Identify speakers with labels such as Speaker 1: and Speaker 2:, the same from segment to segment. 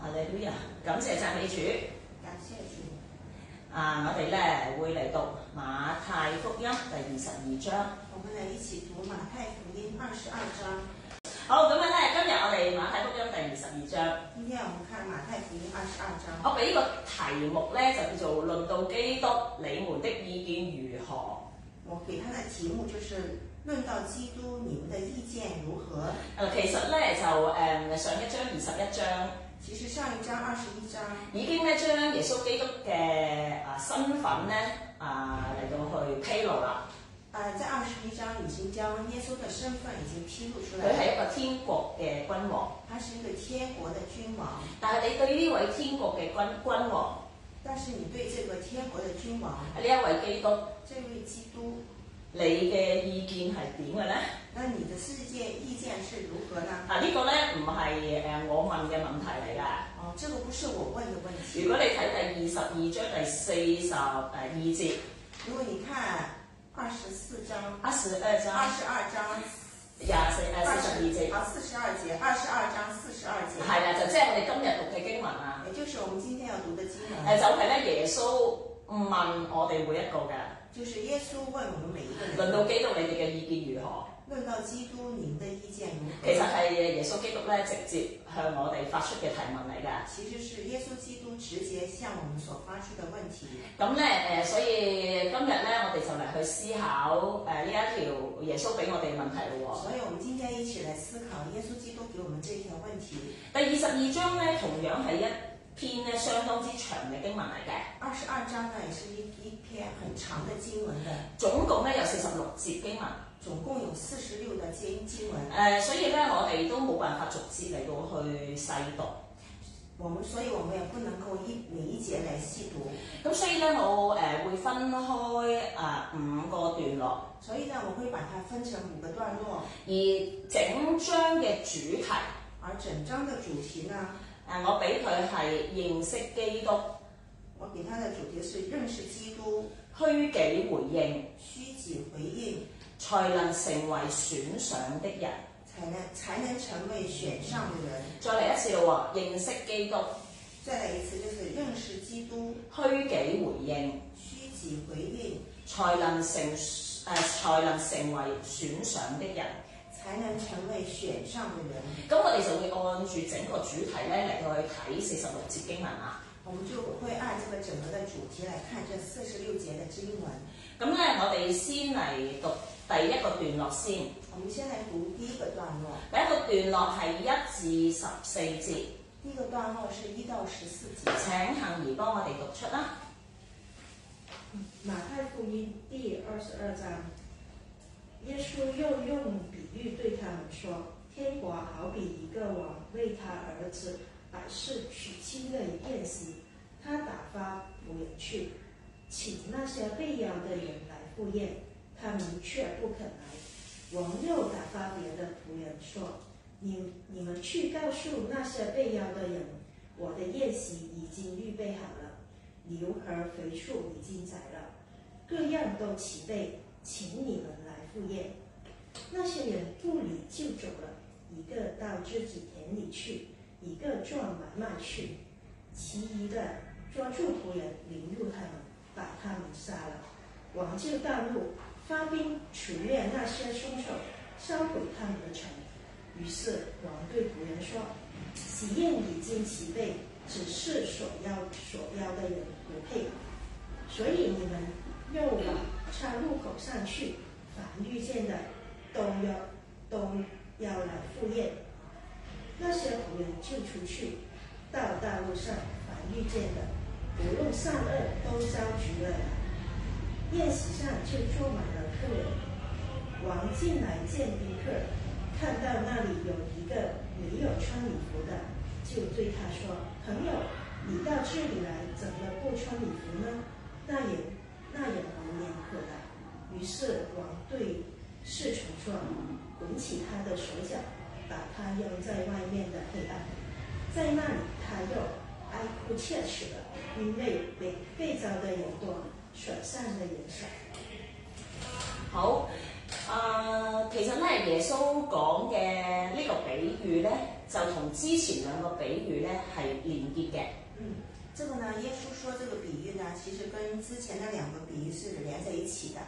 Speaker 1: 哈利路亞，感謝讚美主。
Speaker 2: 感謝主。
Speaker 1: 啊，我哋咧會嚟讀馬太福音第二十二章。
Speaker 2: 我們來一起讀馬太福音二十二章。
Speaker 1: 好，咁樣咧，今日我哋馬太福音第二十二章，
Speaker 2: 今天我們看馬太福音二十二章，
Speaker 1: 我俾個題目咧就叫做《論到基督，你們的意見如何》。
Speaker 2: 我給他的題目就是論到基督，你們的意見如何？
Speaker 1: 啊，其實咧就誒、上一章二十一章
Speaker 2: 其實上一章二十一章
Speaker 1: 已經咧將耶穌基督嘅啊身份咧啊嚟到去披露啦。
Speaker 2: 呃，在二十一章已經將耶穌的身份已經披露出
Speaker 1: 佢
Speaker 2: 來了，
Speaker 1: 係一個天國嘅君王，
Speaker 2: 他是一個天國的君王。
Speaker 1: 但係你對呢位天國嘅君君王，
Speaker 2: 但是你對這個天國的君王，
Speaker 1: 呢一位基督，
Speaker 2: 這位基督，
Speaker 1: 你嘅意見係點嘅咧？啊
Speaker 2: 那你的世界意見是如何呢？
Speaker 1: 嗱、呢個咧唔係誒我問嘅問題嚟㗎。
Speaker 2: 哦，這個不是我問的問題。
Speaker 1: 如果你睇第二十二章第四十誒二節，
Speaker 2: 如果你看二十四章、
Speaker 1: 啊四誒就
Speaker 2: 二十二章、
Speaker 1: 廿四誒
Speaker 2: 二
Speaker 1: 四十二
Speaker 2: 十
Speaker 1: 節，
Speaker 2: 啊四十二節、二十二章四十二節，
Speaker 1: 係啦，就即係我哋今日讀嘅經文啊。
Speaker 2: 也就是我們今天要讀的經
Speaker 1: 誒
Speaker 2: 文，
Speaker 1: 就係咧耶穌問我哋每一個嘅，
Speaker 2: 就是耶穌問我們每一個
Speaker 1: 論
Speaker 2: 人，
Speaker 1: 到基督你哋嘅意見如何？
Speaker 2: 論到基督，你們的意見如
Speaker 1: 其實
Speaker 2: 何？
Speaker 1: 係耶穌基督咧直接向我哋發出嘅提問嚟㗎。
Speaker 2: 其實是耶穌基督直接向我們所發出的問題。
Speaker 1: 咁咧誒，所以今日咧，我哋就嚟去思考誒呢一條耶穌俾我哋嘅問題咯
Speaker 2: 所以，我們今天一起來思考耶穌基督給我們這一條問題。
Speaker 1: 喎。第二十二章咧，同樣係一篇咧相當之長嘅經文嚟嘅，
Speaker 2: 二十二章呢，也是一一篇很長的經文的，
Speaker 1: 總共咧有四十六節經文。誒、
Speaker 2: 總共有四十六的經經文。
Speaker 1: 所以咧我哋都冇辦法逐節嚟到去細讀。
Speaker 2: 我們，所以我們也不能夠一每一節來細讀，
Speaker 1: 咁所以咧，我誒、會分開啊、五個段落，
Speaker 2: 所以呢，我會把它分成五個段落，
Speaker 1: 而整章嘅主題
Speaker 2: 而整章的主題呢，
Speaker 1: 誒、我俾佢係認識基督、
Speaker 2: 我給它的主題是認識基督，
Speaker 1: 虛己回應。
Speaker 2: 虛己回應，
Speaker 1: 才能成為選上的人。
Speaker 2: 才能才能成為選上的人。
Speaker 1: 再嚟一次咯喎，認識基督，
Speaker 2: 再來一次就是認識基督，
Speaker 1: 虛己回應，
Speaker 2: 虛己回應，
Speaker 1: 才能成誒、呃才能成為選上的人。
Speaker 2: 才能成為選上的人。
Speaker 1: 咁我哋就會按住整個主題咧嚟到去睇四十六節經文啦。
Speaker 2: 我們就會按這個整個的主題來看這四十六節的經文。
Speaker 1: 咁咧，我哋先嚟讀第一個段落先。
Speaker 2: 我們先來讀第一個段落，
Speaker 1: 第一個段落係一至十四節，
Speaker 2: 第一個段落是一到十四節。
Speaker 1: 請杏兒幫我哋讀出啦。
Speaker 3: 马太福音第二十二章，耶稣又用比喻对他们说：“天国好比一个王为他儿子百事娶亲的宴席，他打发仆人去，请那些被邀的人来赴宴，他们却不肯来。王又打发别的仆人说：‘你你们去告诉那些被邀的人，我的宴席已经预备好了。’牛和肥畜已经宰了，各样都齐备，请你们来赴宴。那些人不理就走了，一个到自己田里去，一个做买卖去，其余的抓住仆人凌辱他们，把他们杀了。王就大怒，发兵除灭那些凶手，烧毁他们的城。于是王对仆人说：“喜宴已经齐备，只是所邀所邀的人不配，所以你们又往岔路口上去，凡遇见的都要都要来赴宴。那些仆人就出去，到大路上凡遇见的，无论善恶都招聚了来，宴席上就坐满了客人。王进来见宾客，看到那里有一个没有穿礼服的，就对他说：“朋友，你到这里来，怎么不穿礼服呢？”那人那人无言可答。于是王对侍从说：“滚起他的手脚，把他扔在外面的黑暗。”在那里，他又哀哭切齿了，因为被被招的人多，所散的人少。
Speaker 1: 呃好，誒、其實咧耶穌講嘅呢個比喻咧。就同之前兩個比喻咧係連結嘅。
Speaker 2: 嗯，这个呢，耶稣说这个比喻呢，其实跟之前的两个比喻是连在一起的。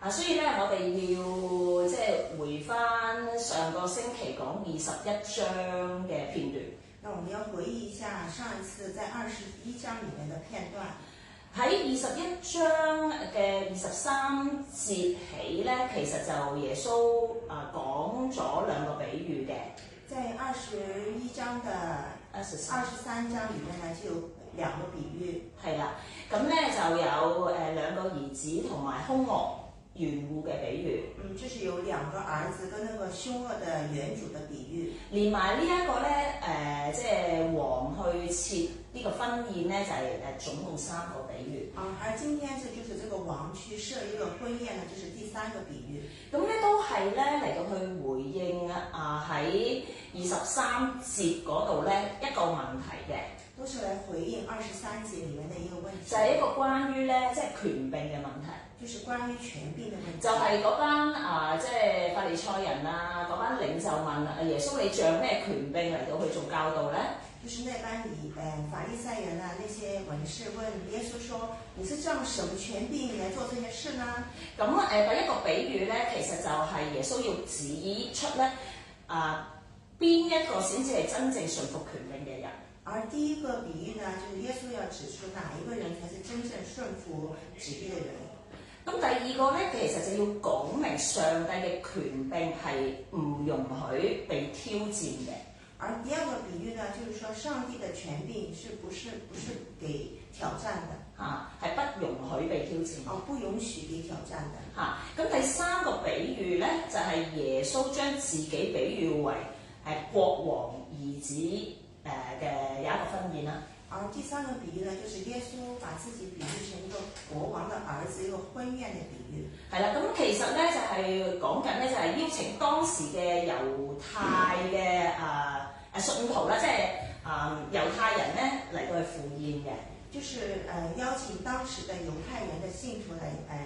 Speaker 1: 啊，所以咧，我哋要即係回翻上個星期講二十一章嘅片段。
Speaker 2: 那我们要回忆一下上一次在二十一章里面的片段。
Speaker 1: 喺二十一章嘅二十三節起咧，其實就耶穌啊講咗兩個比喻嘅。
Speaker 2: 在二十一章的
Speaker 1: 二十三
Speaker 2: 二十三章里面呢，就有两个比喻，
Speaker 1: 係啦，咁咧就有誒兩個兒子同埋兇惡園户嘅比喻，
Speaker 2: 嗯，就是有两个儿子跟那个凶恶的原主的比喻，
Speaker 1: 連埋呢一個咧誒、即係王去設呢個婚宴咧，就係、誒總共三個比喻。
Speaker 2: 啊，而今天这就是这个王去设一个婚宴呢，就是第三个比喻，
Speaker 1: 咁咧都係咧嚟到去回應啊喺二十三節嗰度咧一個問題嘅。
Speaker 2: 都是来回应二十三节里面的一个问题
Speaker 1: 就，係一個關於咧，即係權柄嘅問題，
Speaker 2: 就是关于权柄的问题。
Speaker 1: 就係嗰班啊，即係法利賽人啊，嗰班領袖問啊耶穌，你仗咩權柄嚟到去做教導咧？
Speaker 2: 就是那班以呃法利赛人啊，那些文士问耶稣说：“你是仗什么权柄来做这些事呢
Speaker 1: 咁誒、呃第一個比喻咧，其實就係耶穌要指出咧啊，邊一個先至係真正順服權柄嘅人？？”
Speaker 2: 而第一个比喻呢，就是耶稣要指出哪一个人才是真正顺服旨意的人。
Speaker 1: 咁第二個咧，其實就要講明上帝嘅權柄係唔容許被挑戰嘅。
Speaker 2: 而第二个比喻呢，就是说上帝的权柄是不是不是给挑战的
Speaker 1: 啊，係不容許被挑戰嘅。
Speaker 2: 啊，不允许给挑战的。
Speaker 1: 嚇，咁第三個比喻咧，就係、耶穌將自己比喻為誒國王兒子誒嘅有一個婚宴啦。
Speaker 2: 而第三个比喻呢，就是耶稣把自己比喻成一个国王的儿子，一个婚宴的比喻。
Speaker 1: 係啦，咁其實咧就係講緊咧就係邀請當時嘅猶太嘅誒誒信徒啦，即係啊猶太人咧嚟到去赴宴嘅。
Speaker 2: 就是呃邀请当时的犹太人的信徒来呃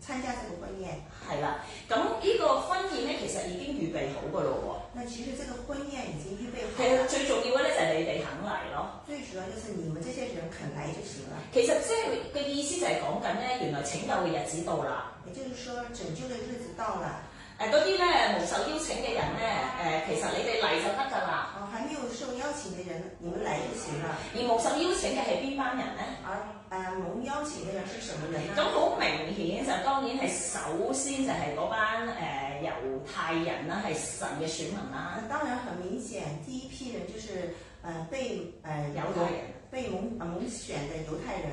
Speaker 2: 参加这个婚宴。
Speaker 1: 係啦，咁呢個婚宴咧其實已經預備好㗎咯
Speaker 2: 那其实这个婚宴已经预备
Speaker 1: 喎。
Speaker 2: 好
Speaker 1: 係啊，
Speaker 2: 了，
Speaker 1: 最重要嘅咧就係你哋肯嚟咯。
Speaker 2: 最主要就是你们这些人肯来就行了。
Speaker 1: 其實即係嘅意思就係講緊咧，原來拯救嘅日子到啦。
Speaker 2: 也就是说，拯救的日子到了。
Speaker 1: 誒嗰啲咧無受邀請嘅人咧，誒、其實你哋嚟就得㗎啦。
Speaker 2: 啊，还没有受邀请的人，你们来就行了。
Speaker 1: 而無受邀請嘅係邊班人咧？
Speaker 2: 而呃蒙邀请的人是什么人
Speaker 1: 咁
Speaker 2: 呢？
Speaker 1: 好明顯就當然係首先就係嗰班誒、猶太人啦，係神嘅選民啦，
Speaker 2: 那当然很明显，第一批人就是呃被呃
Speaker 1: 猶太人。
Speaker 2: 被蒙呃蒙选的犹太人。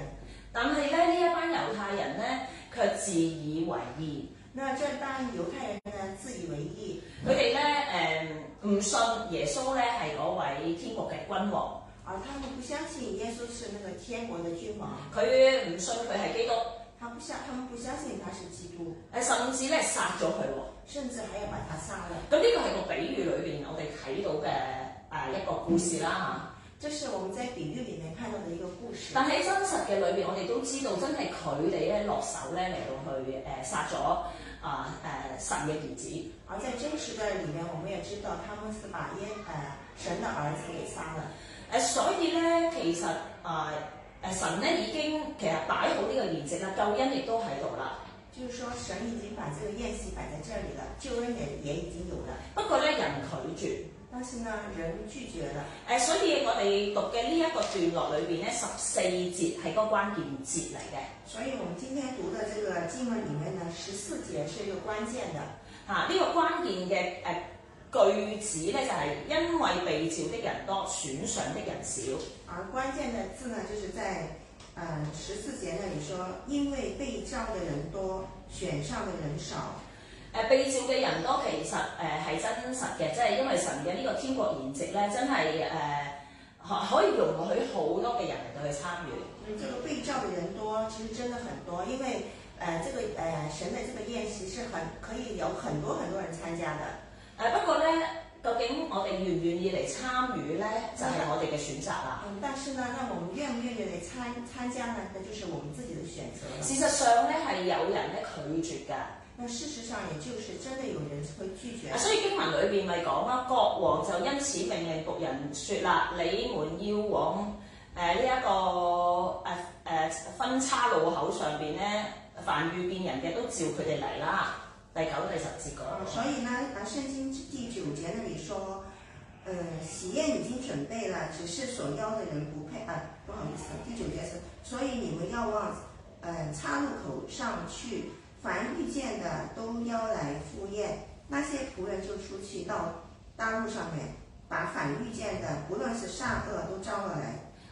Speaker 1: 但係咧呢一班猶太人咧，卻自以為義，
Speaker 2: 那这帮犹太人呢，自以为意，
Speaker 1: 佢哋咧誒唔信耶穌咧係嗰位天國嘅君王，
Speaker 2: 而他们不相信耶稣是那个天国的君王，
Speaker 1: 佢唔信佢係基督，
Speaker 2: 他不相，他们不相信他是基督，
Speaker 1: 誒甚至咧殺咗佢喎。
Speaker 2: 甚至还要把他杀了。
Speaker 1: 咁呢個係個比喻裏邊我哋睇到嘅誒一個故事啦
Speaker 2: 这是我们在比喻里面看到的一个故
Speaker 1: 嚇。
Speaker 2: 事。
Speaker 1: 但喺真實嘅裏邊，我哋都知道真係佢哋咧落手咧嚟到去誒殺咗啊誒神嘅兒子。
Speaker 2: 而在真实的里面，我们也知道他们是把耶呃神的儿子给杀了。
Speaker 1: 誒所以咧其實啊誒神咧已經其實擺好呢個筵席啦，救恩亦都喺度啦。
Speaker 2: 就是说，神已经把这个宴席摆在这里了，救恩也也已经有了。
Speaker 1: 不過咧人拒絕。
Speaker 2: 但是呢，人拒绝了。
Speaker 1: 誒，呃所以我哋讀嘅呢一個段落裏邊咧，十四節係個關鍵節嚟嘅。
Speaker 2: 所以我们今天读的这个经文里面呢，十四节是一个关键的。
Speaker 1: 嚇、啊呢、個關鍵嘅誒、呃句子咧，就係、因為被召的人多，選上的人少。
Speaker 2: 而关键的字呢，就是在呃十四节那里说，因为被召的人多，选上的人少。
Speaker 1: 誒、呃被召嘅人多，其實誒呃係、真實嘅，即係因為神嘅呢個天國筵席咧，真係誒、呃可可以容許好多嘅人嚟到去參與。
Speaker 2: 嗯，这个被召的人多，其实真的很多，因为呃这个呃神的这个宴席是很可以有很多很多人参加的。
Speaker 1: 誒、呃不過咧，究竟我哋願唔願意嚟參與咧，就係、我哋嘅選擇啦。
Speaker 2: 嗯，但是呢，那我们愿不愿意来参参加呢？那就是我们自己的选择了。
Speaker 1: 事實上咧，係有人咧拒絕㗎。
Speaker 2: 那事实上，也就是真的有人会拒绝
Speaker 1: 啊，。所以經文裏邊咪講啦，國王就因此命令仆人説啦：你們要往誒呢一個誒誒、呃分叉路口上邊咧，凡遇見人嘅都召佢哋嚟啦。第九、第十節
Speaker 2: 呃
Speaker 1: 講，
Speaker 2: 所以呢，啊，圣经第九节那里说，呃，喜宴已经准备了，只是所邀的人不配。啊，不好意思，第九节是，所以你们要往，呃，岔路口上去，凡遇见的都邀来赴宴。那些仆人就出去到大路上面，把反遇见的，不论是善恶，都招了来。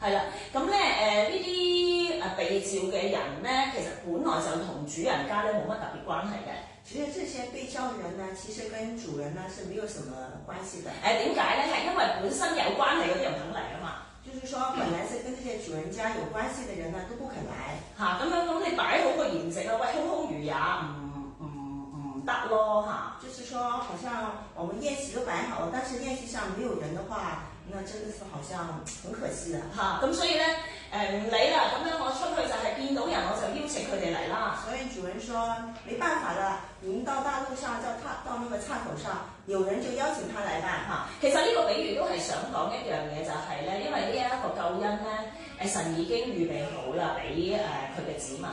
Speaker 1: 係啦。咁咧誒呢啲誒被召嘅人咧，其實本來就同主人家咧冇乜特別關係嘅。
Speaker 2: 其实这些被召的人呢，其实跟主人呢是没有什么关系的。
Speaker 1: 誒呃點解咧？係因為本身有關係嗰啲人肯嚟啊嘛。
Speaker 2: 就是说，本来是跟这些主人家有关系的人呢，都不肯来。
Speaker 1: 嚇咁樣咁你擺好個筵席啊啦，喂空空如也，唔唔唔得咯嚇。
Speaker 2: 就是说，好像我们宴席都摆好了，但是宴席上没有人的话，那真的是好像很可惜的。
Speaker 1: 嚇，咁所以咧誒唔理啦，咁樣我出去就係見到人我就邀請佢哋嚟啦。
Speaker 2: 所以主人说没办法了，你们到大路上，叫他到那个岔口上，有人就邀请他来吧。
Speaker 1: 嚇，其實呢個比喻都係想講一樣嘢，就係咧，因為呢一個救恩咧，誒神已經預備好啦，俾誒佢嘅子民。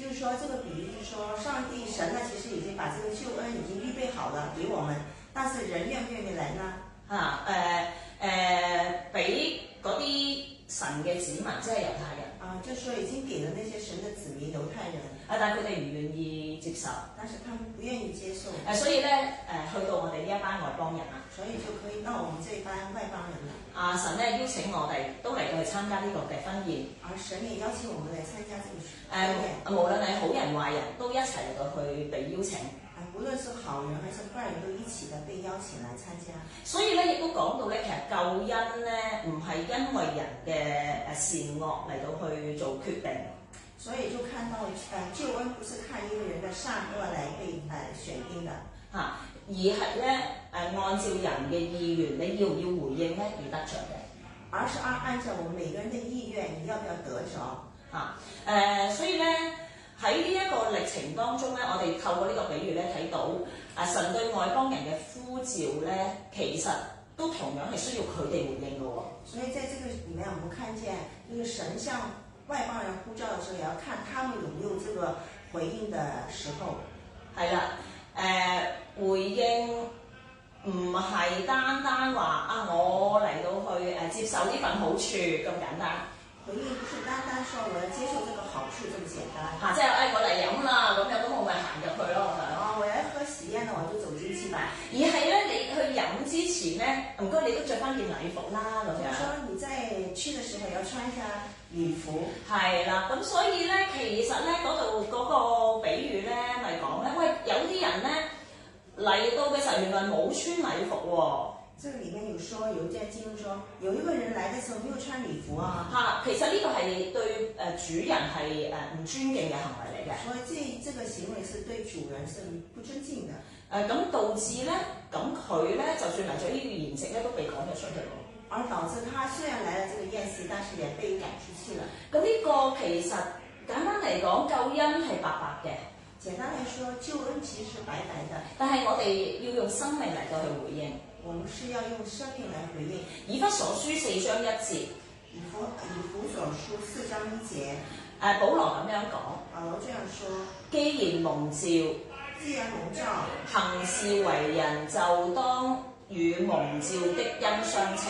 Speaker 2: 就是说这个比喻就是说，上帝神呢其实已经把这个救恩已经预备好了给我们，但是人愿不愿意来呢？
Speaker 1: 嚇誒誒，呃俾嗰啲神嘅子民，即係猶太人。
Speaker 2: 啊，就是说已经给了那些神的子民犹太人，
Speaker 1: 啊！但係佢哋唔願意接受，
Speaker 2: 但是他们不愿意接受，
Speaker 1: 誒，所以咧，誒，去到我哋呢一班外邦人啊，
Speaker 2: 所以就可以到我们这一班外邦人了。
Speaker 1: 阿神咧邀請我哋都嚟到去參加呢個嘅婚宴，
Speaker 2: 而神也邀請我們來參加這個
Speaker 1: 誒
Speaker 2: 婚宴，，
Speaker 1: 無論呃係好人壞人都一齊嚟到去被邀請，
Speaker 2: 啊，不論是好人還是壞人，都一起的被邀請來參加。
Speaker 1: 所以咧亦都講到咧，其實救恩咧唔係因為人嘅誒呃善惡嚟到去做決定，
Speaker 2: 所以就看到，呃，救恩不是看一個人的善惡來被呃選定的，
Speaker 1: 嚇、而係咧誒按照人嘅意願，你要唔要回應咧而得着嘅
Speaker 2: 而是按按照我們每個人的意願，你要不要得着？
Speaker 1: 嚇誒，所以咧喺呢一個歷程當中咧，我哋透過呢個比喻咧睇到啊神對外邦人嘅呼召咧，其實都同樣係需要佢哋回應嘅喎。
Speaker 2: 所以在這個裡面，我們看見，就是神向外邦人呼召的時候，也要看他們有沒有這個回應的時候。
Speaker 1: 係啦，誒、回應唔係單單話啊，我嚟到去誒、呃接受呢份好處咁簡單啊
Speaker 2: 回應不是單單說我要接受這個好處這麼簡單，
Speaker 1: 嚇、即係誒、哎我嚟飲啦咁樣，咁我咪行入去咯咁樣。
Speaker 2: 啊，我要喝喜宴了，我就走進去吧。
Speaker 1: 而係咧，你去飲之前咧，唔該你都着翻件禮服啦咁
Speaker 2: 比如
Speaker 1: 樣。
Speaker 2: 说你在去的时候也要穿一下礼服，
Speaker 1: 係啦，咁所以咧，其實咧嗰度嗰個比喻咧，咪講咧，喂，有啲人咧嚟到嘅時候，原來冇穿禮服喎、
Speaker 2: 这里面有说有一段经文说，有一个人来的时候没有穿礼服啊，
Speaker 1: 嚇、其實呢個係對誒主人係誒唔尊敬嘅行為嚟嘅。
Speaker 2: 所以这这个行为是对主人是不尊敬的，
Speaker 1: 誒呃咁導致咧，咁佢咧就算嚟咗呢個筵席咧，都被趕咗出去喎。
Speaker 2: 而导致他虽然来了这个宴席，但是也被赶出去了。
Speaker 1: 咁呢個其實簡單嚟講，救恩係白白嘅，
Speaker 2: 简单来说，救恩其实是白白的，
Speaker 1: 但係我哋要用生命嚟到去回應。
Speaker 2: 我们是要用生命来回应。
Speaker 1: 以弗所書四章一節，
Speaker 2: 以弗以弗所书四章一节，
Speaker 1: 誒呃保羅咁樣講：
Speaker 2: 保罗这样说：
Speaker 1: 既然蒙召，
Speaker 2: 既然蒙召，
Speaker 1: 行事為人就當與蒙召的恩相稱。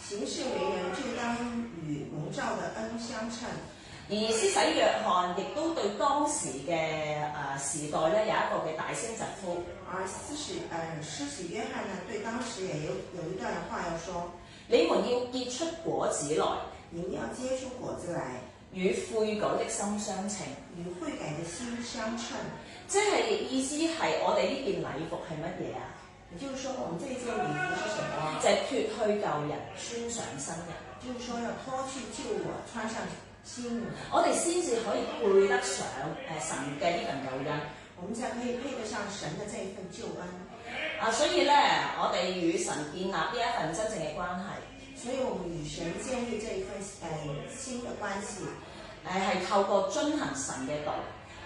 Speaker 2: 行事为人，就当与蒙召的恩相称。
Speaker 1: 而施洗約翰亦都對當時嘅誒、時代咧有一個嘅大聲疾呼。
Speaker 2: 而施洗呃施洗约翰呢，对当时也有有一段话要说：
Speaker 1: 你們要結出果子來，
Speaker 2: 你们要结出果子来，
Speaker 1: 與悔改的心相稱。
Speaker 2: 与悔改的心相称。
Speaker 1: 即係意思係我哋呢件禮服係乜嘢啊？
Speaker 2: 也就是说，我们这一件礼服是什么？
Speaker 1: 就係、脱去舊人，穿上新人，
Speaker 2: 就是说要脱去旧我，穿上新
Speaker 1: 我
Speaker 2: 我，
Speaker 1: 哋先至可以配得上誒、神嘅呢份救恩。
Speaker 2: 我们才可以配得上神的这一份救恩。
Speaker 1: 啊，所以咧，我哋與神建立呢一份真正嘅關係，
Speaker 2: 所以，我们与神建立这一份呃新的关系，
Speaker 1: 誒、係透過遵行神嘅道，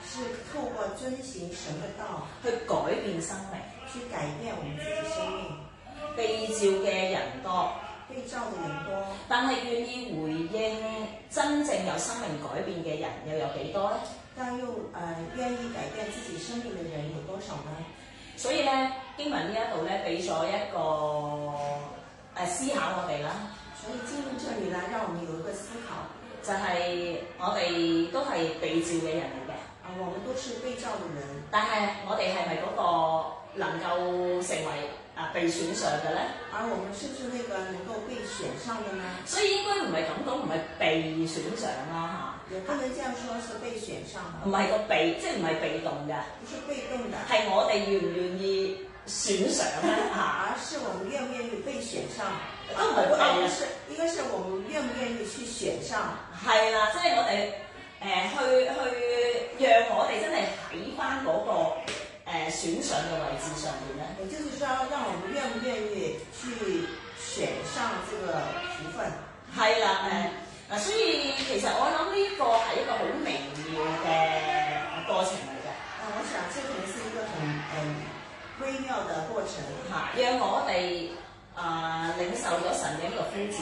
Speaker 2: 是透过遵行神的道
Speaker 1: 去改變生命。
Speaker 2: 去改变我们自己生命。
Speaker 1: 被召嘅人多，
Speaker 2: 被召的人多，
Speaker 1: 但係願意回應真正有生命改變嘅人又有幾多呢？
Speaker 2: 但又呃愿意改变自己生命的人有多少呢？
Speaker 1: 所以咧，經文呢一度咧俾咗一個誒、呃思考我哋啦，
Speaker 2: 所以进入这里呢，让我们有一个思考啊
Speaker 1: 就係、我哋都係被召嘅人嚟嘅，
Speaker 2: 啊，我们都是被召的人，
Speaker 1: 但係我哋係咪嗰個能夠成為啊被選上嘅咧？
Speaker 2: 而我们是不是那个能夠被選上的呢？
Speaker 1: 所以應該唔係咁講，唔係被選上啦
Speaker 2: 也不能这樣說是被選上
Speaker 1: 嚇，唔
Speaker 2: 的，
Speaker 1: 係個被，即係唔係被動嘅，
Speaker 2: 不是被動的，
Speaker 1: 係我哋願唔願意選上咧嚇，
Speaker 2: 而啊是我们愿不愿意被選上。
Speaker 1: 都唔係被
Speaker 2: 啊，
Speaker 1: 啊
Speaker 2: 不。是，一个是我们愿不愿意去選上，
Speaker 1: 係啦，即係我哋誒、呃去去讓我哋真係喺翻嗰個誒、呃、選上嘅位置上面咧，
Speaker 2: 也就是說，讓我们愿不愿意去選上這個福分。
Speaker 1: 係啦誒嗱，所以其實我諗呢個係一個好微妙嘅過程嚟嘅
Speaker 2: 啊，我想這可能是一個很嗯微妙的過程，
Speaker 1: 嚇，讓我哋啊、領受咗神嘅一個呼召，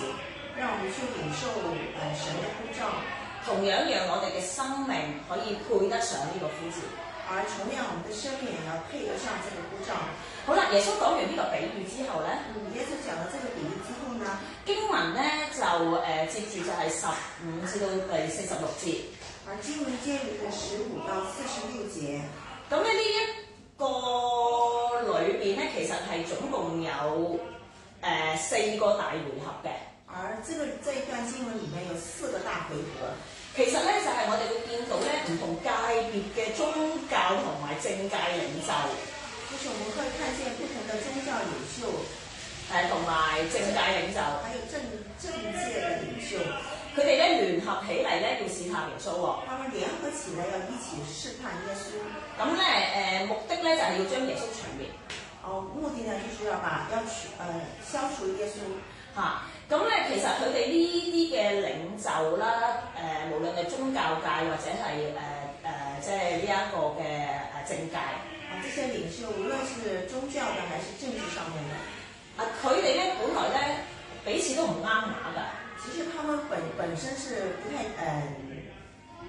Speaker 2: 讓我們去領受呃神的呼召，
Speaker 1: 同樣讓我哋嘅生命可以配得上呢個呼召。
Speaker 2: 而同樣我們的生命也要配得上這個呼召。
Speaker 1: 好啦，耶穌講完呢個比喻之後咧，
Speaker 2: 嗯，耶穌講了這個比喻之後呢，
Speaker 1: 經文咧就誒、呃接住就係十五至到第四十六節。
Speaker 2: 而經文介於的十五到四十六節，
Speaker 1: 咁咧呢一個裏邊咧，其實係總共有誒、呃四個大回合嘅。
Speaker 2: 而這個這一段經文裡面有四個大回合，
Speaker 1: 其實咧就係、我哋會見到咧唔同界別嘅宗教同埋政界領袖，
Speaker 2: 就是我們會看見不同的宗教領袖，
Speaker 1: 誒呃同埋政界領袖，
Speaker 2: 還有政政界的領袖，
Speaker 1: 佢哋咧聯合起嚟咧要試探耶穌喎。
Speaker 2: 他們聯合起來要一起試探耶穌。
Speaker 1: 咁咧呃誒目的咧就係、要將耶穌除滅
Speaker 2: 哦，目的呢就是要把要去呃消除耶穌。
Speaker 1: 嚇。咁咧其實佢哋呢啲嘅領袖啦，誒、無論係宗教界或者係誒誒即係呢一個嘅誒政界。
Speaker 2: 啊，这些領袖無論是宗教的還是政治上面的，
Speaker 1: 啊，佢哋咧本來咧彼此都唔啱眼㗎，
Speaker 2: 其實他們本本身是不太嗯、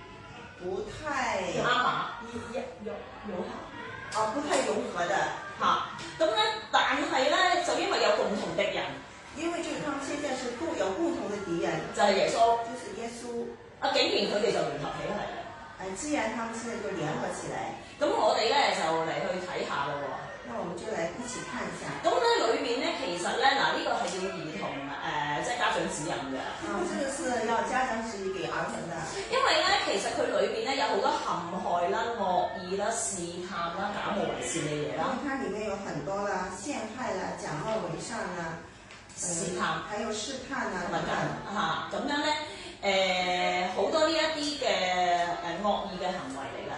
Speaker 2: 不太
Speaker 1: 唔啱眼
Speaker 3: 一有有好，
Speaker 2: 啊不太融合的，
Speaker 1: 嚇。咁咧，但係咧就因為有共同敵人，
Speaker 2: 因為就是他們現在是共有共同的敵人，
Speaker 1: 就係、耶穌
Speaker 2: 就是耶穌。
Speaker 1: 啊，竟然佢哋就聯合起嚟啦。
Speaker 2: 哎，既然他們現在就聯合起來，
Speaker 1: 咁我哋咧就嚟去睇下咯喎。
Speaker 2: 那我們就來一起看一下。
Speaker 1: 咁咧裏面咧其實咧嗱呢、個係要兒童誒、呃即係家長指引嘅，
Speaker 2: 啊，這個是要家長指引給兒童的，
Speaker 1: 因為咧其實佢裏面咧有好多陷害啦、惡意啦、試探啦、假冒為善嘅嘢
Speaker 2: 然
Speaker 1: 啦
Speaker 2: 後，它裡面有很多啦，陷害啦，假冒為善啦。
Speaker 1: 試探。
Speaker 2: 還有試探啊
Speaker 1: 同埋
Speaker 2: 等等。
Speaker 1: 嚇咁樣咧，誒好多呢一啲嘅誒惡意嘅行為嚟㗎。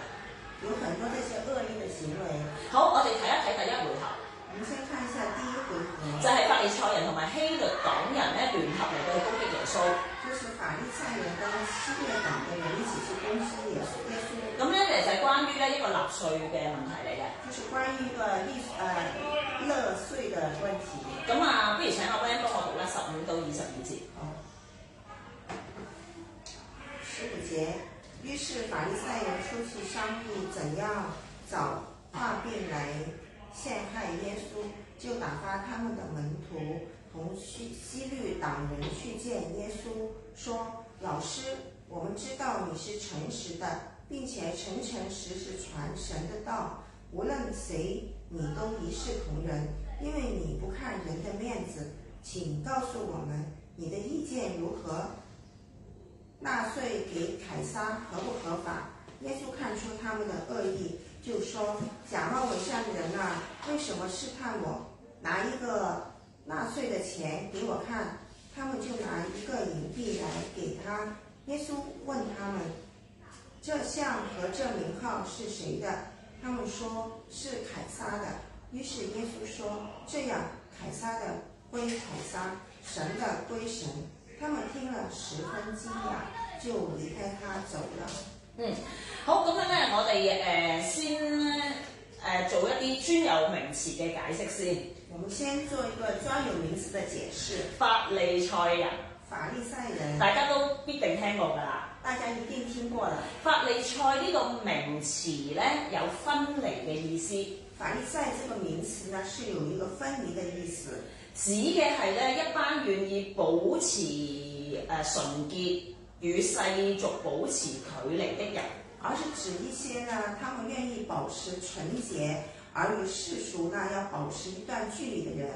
Speaker 2: 有很多這些惡意的行為。
Speaker 1: 好，我哋睇一睇第一回合，
Speaker 2: 我們先看一下第一回合，
Speaker 1: 就係、法利賽人同埋希律黨人咧聯合嚟到攻擊耶穌。
Speaker 2: 就是法利賽人跟西律黨的人一起去攻擊耶穌，耶穌
Speaker 1: 咁咧其實係關於咧一個納税嘅問題嚟嘅。
Speaker 2: 就是關於一個利呃勒稅的問題。
Speaker 1: 咁啊，不如請阿 Van 幫我讀啦，十五到二十二節。
Speaker 2: 哦，十五節，於是法利賽人出去商議怎樣找化病來陷害耶穌，就打發他們的門徒同西西律党人去见耶稣，说：“老师，我们知道你是诚实的，并且诚诚实实传神的道，无论谁你都一视同仁，因为你不看人的面子。请告诉我们你的意见如何？纳税给凯撒合不合法？耶稣看出他们的恶意，就说：“假冒伪善的人啊，为什么试探我？拿一个纳税的钱给我看。”他们就拿一个银币来给他。耶稣问他们：“这像和这名号是谁的？”他们说：“是凯撒的。”于是耶稣说：“这样，凯撒的归凯撒，神的归神。”他们听了十分惊讶，就离开他走了。
Speaker 1: 嗯好，咁樣咧，我哋誒先誒做一啲專有名詞嘅解釋先。
Speaker 2: 我们先做一个专有名词的解释。
Speaker 1: 法利賽人，
Speaker 2: 法利赛人，
Speaker 1: 大家都必定聽過㗎啦。
Speaker 2: 大家一定听过了。
Speaker 1: 法利賽呢個名詞咧有分離嘅意思，
Speaker 2: 法利赛这个名词呢，是有一个分离的意思，
Speaker 1: 指嘅係咧一班願意保持誒、呃、純潔與世俗保持距離的人。
Speaker 2: 而是指一些呢，他们愿意保持纯洁，而与世俗呢要保持一段距离的人。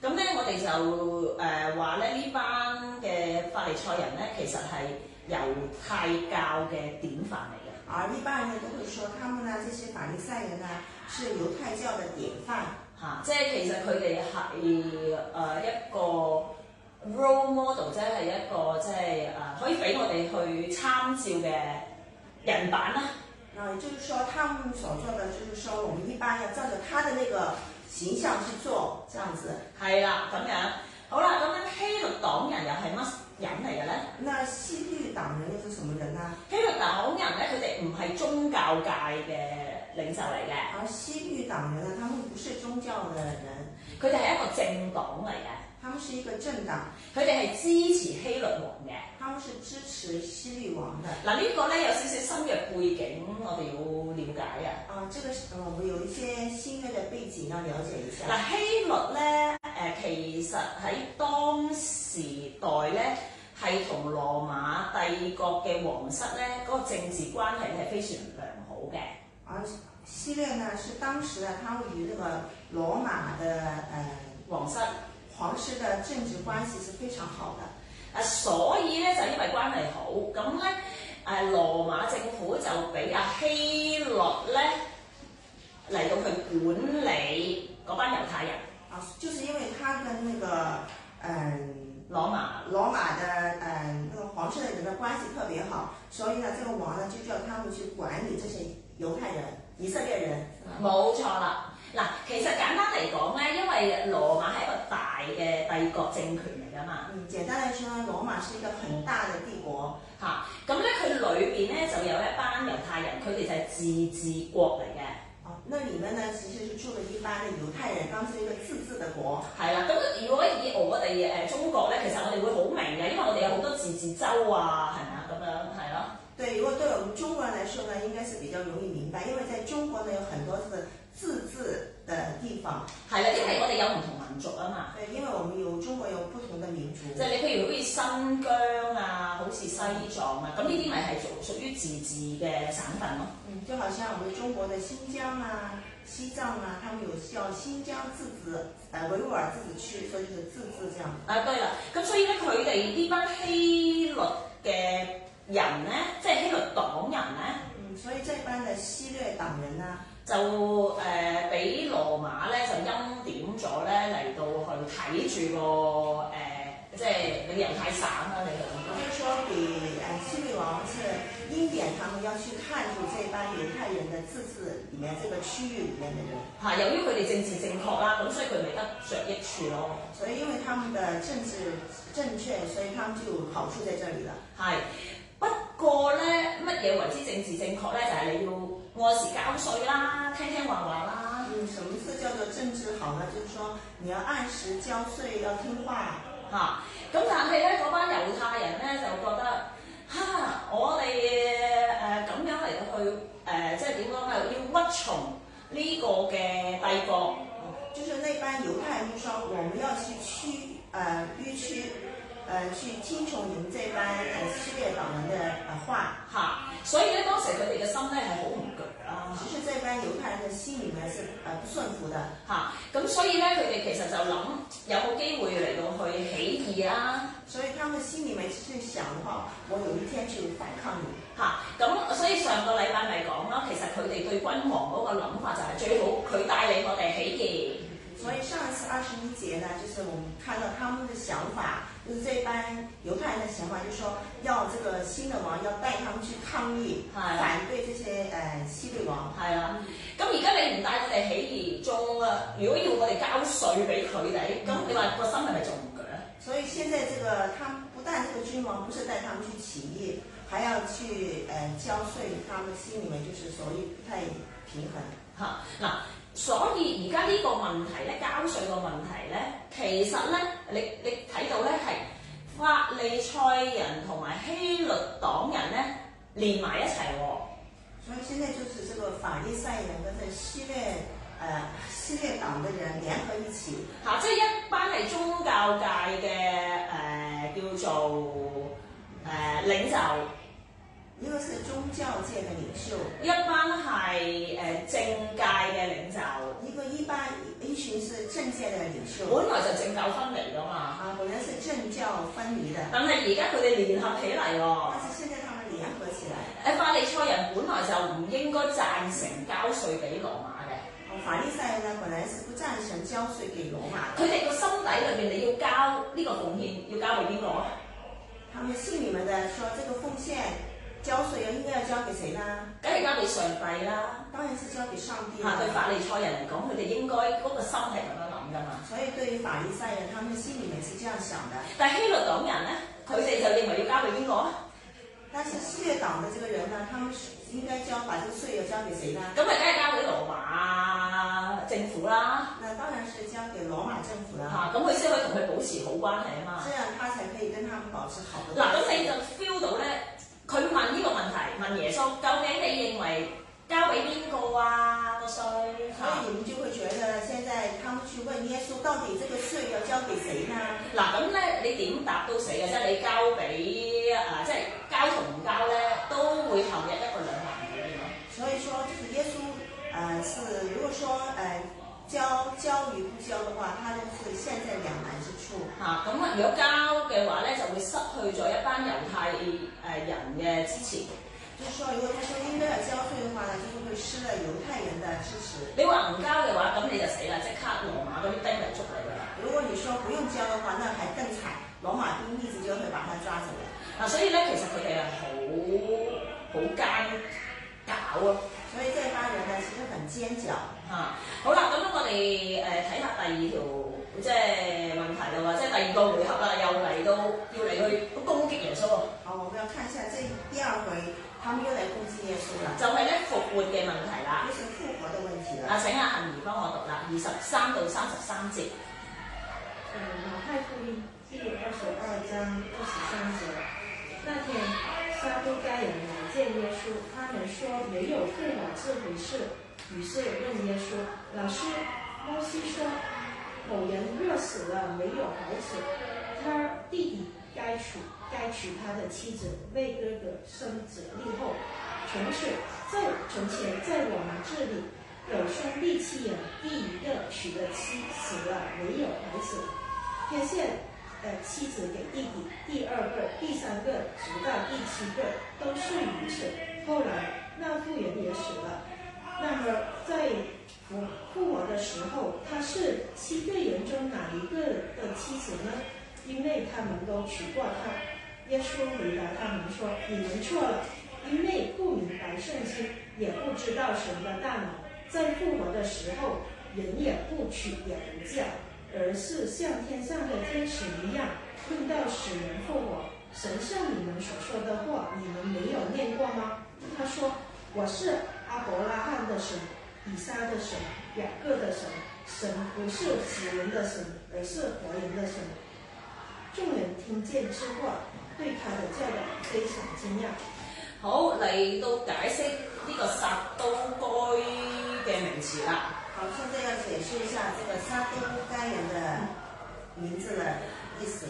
Speaker 1: 咁咧，我哋就誒話咧呢班嘅法利賽人咧，其實係猶太教嘅典範嚟嘅。
Speaker 2: 而一般人都会说，他们呢这些法利赛人呢是犹太教的典范，
Speaker 1: 嚇、即係其實佢哋係誒一個 role model，即係一個即係誒、呃可以俾我哋去參照嘅人版啦。
Speaker 2: 那也就是说，他们所做的就是说，我们一般要照着他的那个形象去做，这样子。
Speaker 1: 係啦，咁樣好啦，咁樣希律黨人又係乜人嚟嘅咧？
Speaker 2: 那西律党人又是什么人呢？
Speaker 1: 希律黨人咧，佢哋唔係宗教界嘅領袖嚟嘅，
Speaker 2: 而西律党人呢，他们不是宗教的人，
Speaker 1: 佢哋係一個政黨嚟嘅，
Speaker 2: 他们是一个政党，
Speaker 1: 佢哋係支持希律王嘅。
Speaker 2: 他们是支持西律王的。
Speaker 1: 嗱，呢個咧有少少新嘅背景，我哋要了解啊。
Speaker 2: 啊，这个是呃我们有一些新月的背景要了解一下。
Speaker 1: 嗱，希律咧，誒、其實喺當時代咧，係同羅馬帝國嘅皇室咧，嗰、個政治關係咧係非常良好嘅。
Speaker 2: 而西律呢，是当时呢，他们与那个罗马的呃
Speaker 1: 皇室
Speaker 2: 皇室的政治关系是非常好的，
Speaker 1: 啊，所以咧就因為關係好，咁咧誒羅馬政府就俾阿希律咧嚟到去管理嗰班猶太人，
Speaker 2: 啊，就是因为他跟那个嗯、
Speaker 1: 羅馬
Speaker 2: 罗马的嗯、那个皇室的人的关系特别好，所以呢，这个王呢就叫他们去管理这些犹太人、以色列人。
Speaker 1: 冇錯啦。嗱，其實簡單嚟講咧，因為羅馬係一個大嘅帝國政權嚟㗎嘛，
Speaker 2: 嗯，简单来说呢，罗马是一个很大的帝国，
Speaker 1: 嚇咁咧佢裏邊咧就有一班猶太人，佢哋就係自治國嚟嘅，
Speaker 2: 啊，那里面呢其实是住了一般的犹太人，当时一个自治的国。
Speaker 1: 係啦。咁如果以我哋誒中國咧，其實我哋會好明嘅，因為我哋有好多自治州啊，係咪啊？咁樣係咯，
Speaker 2: 对，如果对我们中国人来说呢，应该是比较容易明白，因为在中国呢有很多是自治的地方，
Speaker 1: 係啦，因為我哋有唔同民族啊嘛。
Speaker 2: 对，因为我们有中国有不同的民族，
Speaker 1: 即係你譬如好似新疆啊，好似西藏啊，咁呢啲咪係屬屬於自治嘅省份咯。
Speaker 2: 嗯，就好像我们中国的新疆啊、西藏啊，他们有叫新疆自治，呃，维吾尔自治区，所以就是自治这样。
Speaker 1: 啊，對啦，咁所以咧，佢哋呢班希律嘅人咧，即係希律黨人咧，
Speaker 2: 嗯，所以这般的西略党人呢，
Speaker 1: 就誒俾、羅馬咧就欽點咗咧嚟到去睇住個誒、即係你猶太省啦、你去
Speaker 2: 也就是说给呃西律王是钦点他们要去看住这帮犹太人的自治里面这个区域里面的人。
Speaker 1: 嚇，由於佢哋政治正確啦，咁所以佢咪得着益處咯。
Speaker 2: 所以因为他们的政治正确，所以他们就有好处在这里了。
Speaker 1: 係，不過咧，乜嘢為之政治正確咧？就係、你要按時交税啦，聽聽話話啦，
Speaker 2: 嗯，什么是叫做政治好呢？就是说你要按时交税，要听话。
Speaker 1: 嚇、啊咁但係咧，嗰班猶太人咧就覺得嚇、我哋誒咁樣嚟到去誒、呃即係點講咧？要屈從呢個嘅帝國。
Speaker 2: 就是那帮犹太人就说我们要去驱呃迂区，呃去听从你们这帮呃系列党人的呃话。
Speaker 1: 嚇、所以咧當時佢哋嘅心咧係好唔啊鋸啦
Speaker 2: 其实这帮犹太人的心里面是呃不顺服的，
Speaker 1: 嚇，咁、所以咧佢哋其實就諗有冇機會嚟到去起義啊啦、
Speaker 2: 所以他们心里面其实想的话，我有一天去反抗你。
Speaker 1: 嚇，咁所以上個禮拜咪講啦，其實佢哋對君王嗰個諗法就係最好佢帶領我哋起義，
Speaker 2: 所以上一次二十一节呢，就是我们看到他们的想法，就是这班犹太人的想法，就是说要这个新的王要带他们去抗议，
Speaker 1: 係
Speaker 2: 反对这些呃西律王。
Speaker 1: 係啦。咁而家你唔帶我哋起義，仲啊，如果要我哋交税俾佢哋，咁你話個心係咪仲唔鋸咧？
Speaker 2: 所以现在这个他们不但这个君王不是带他们去起义，还要去呃交税，他们心里面就是所以不太平衡。
Speaker 1: 嚇嗱、所以而家呢個問題咧，交税個問題咧，其實咧，你你睇到咧係法利賽人同埋希律黨人咧連埋一齊喎，
Speaker 2: 所以现在就是这个法利赛人跟这希腊呃希腊党的人联合一起，
Speaker 1: 嚇、即係一班係宗教界嘅誒、叫做誒、領袖。
Speaker 2: 一个是宗教界的领袖，
Speaker 1: 一班係誒政界嘅領袖，
Speaker 2: 一个一般一群是政界的领袖，
Speaker 1: 本來就政教分離噶嘛，
Speaker 2: 啊，本来是政教分离的，
Speaker 1: 但係而家佢哋聯合起嚟喎。
Speaker 2: 但是现在他们联合起来，
Speaker 1: 誒法利賽人本來就唔應該贊成交税俾羅馬嘅，
Speaker 2: 哦法利赛人呢本来是不赞成交税给罗马的，
Speaker 1: 佢哋個心底裏邊你要交呢個貢獻要交俾邊個啊？
Speaker 2: 他们信你们的说这个奉献交税应该要交给谁呢？
Speaker 1: 梗係交俾上帝啦！
Speaker 2: 当然是交给上帝
Speaker 1: 嚇，對
Speaker 2: 了。
Speaker 1: 法利賽人嚟講，佢哋應該嗰個心係咁樣諗噶嘛。
Speaker 2: 所以对于法利赛人，他们心里面是这样想的。
Speaker 1: 但係希律黨人咧，佢哋就認為要交俾邊個啊？
Speaker 2: 但是系列党的这个人呢，他们是应该交把这个税要交给谁呢？
Speaker 1: 咁咪梗係交俾羅馬政府啦。
Speaker 2: 那当然是交给罗马政府了，
Speaker 1: 嚇，咁佢先可以同佢保持好關係啊嘛。
Speaker 2: 这样他才可以跟他们保持好的
Speaker 1: 嗱，
Speaker 2: 关
Speaker 1: 咁你
Speaker 2: 系
Speaker 1: 就。feel 到咧，佢問呢個問題，問耶穌，究竟你認為交俾邊個啊個税？
Speaker 2: 所以你们就会觉得现在他们去问耶稣，到底这个税要交给谁呢？
Speaker 1: 嗱，咁咧你點答都死嘅，即係你交俾啊，即係交同唔交咧，都會後日一個兩難嘅咯。
Speaker 2: 所以说，就是耶稣，呃，是如果说呃交交与不交的话，他就是现在两难之处。
Speaker 1: 嚇，咁啊，如果交嘅話咧，就會失去咗一班猶太誒人嘅支持。
Speaker 2: 就是说，如果他说应该要交税的话呢，就是会失了犹太人的支持。
Speaker 1: 你話唔交嘅話，咁你就死啦，即刻羅馬嗰啲兵嚟捉你㗎啦。
Speaker 2: 如果你说不用交的话，那还更惨，罗马兵立即就会把他抓走了。
Speaker 1: 嗱，所以咧，其實佢哋係好好奸搞啊！
Speaker 2: 所以这帮人呢，其实很尖角。
Speaker 1: 嚇、啊好啦，咁我哋誒呃睇下第二條即係問題啦喎，即係第二個回合啦，又嚟到要嚟去攻擊耶穌喎，
Speaker 2: 好，我们要看一下这第二回，他们又来攻击耶稣了，
Speaker 1: 就係、咧復活嘅問題啦。
Speaker 2: 就是复活的问题了。
Speaker 1: 啊，請阿杏兒幫我讀啦，二十三到三十三節。
Speaker 3: 呃，马太福音第二十二章二十三节，那天撒都该人来见耶稣，他们说没有退了这回事，于是问耶稣：“老师，摩西说，某人若死了没有孩子，他弟弟该娶该娶他的妻子，为哥哥生子立后。从此在从前在我们这里。”有兄弟七人，第一个娶了妻，死了没有孩子，天献呃妻子给弟弟，第二个、第三个，直到第七个都是如此。后来那妇人也死了。那么在复复活的时候，他是七个人中哪一个的妻子呢？因为他们都娶过她。耶稣回答他们说：“你们错了，因为不明白圣经，也不知道神的大能。在复活的时候，人也不娶也不嫁，而是像天上的天使一样，论到死人复活。神像你们所说的话，你们没有念过吗？他说：我是阿伯拉罕的神，以撒的神，雅各的神。神不是死人的神，而是活人的神。众人听见之后，对他的教导非常惊讶。
Speaker 1: 好，嚟到解釋呢個撒都該嘅名詞啦。
Speaker 2: 好，现在要解释一下这个撒都该人的名字的意思。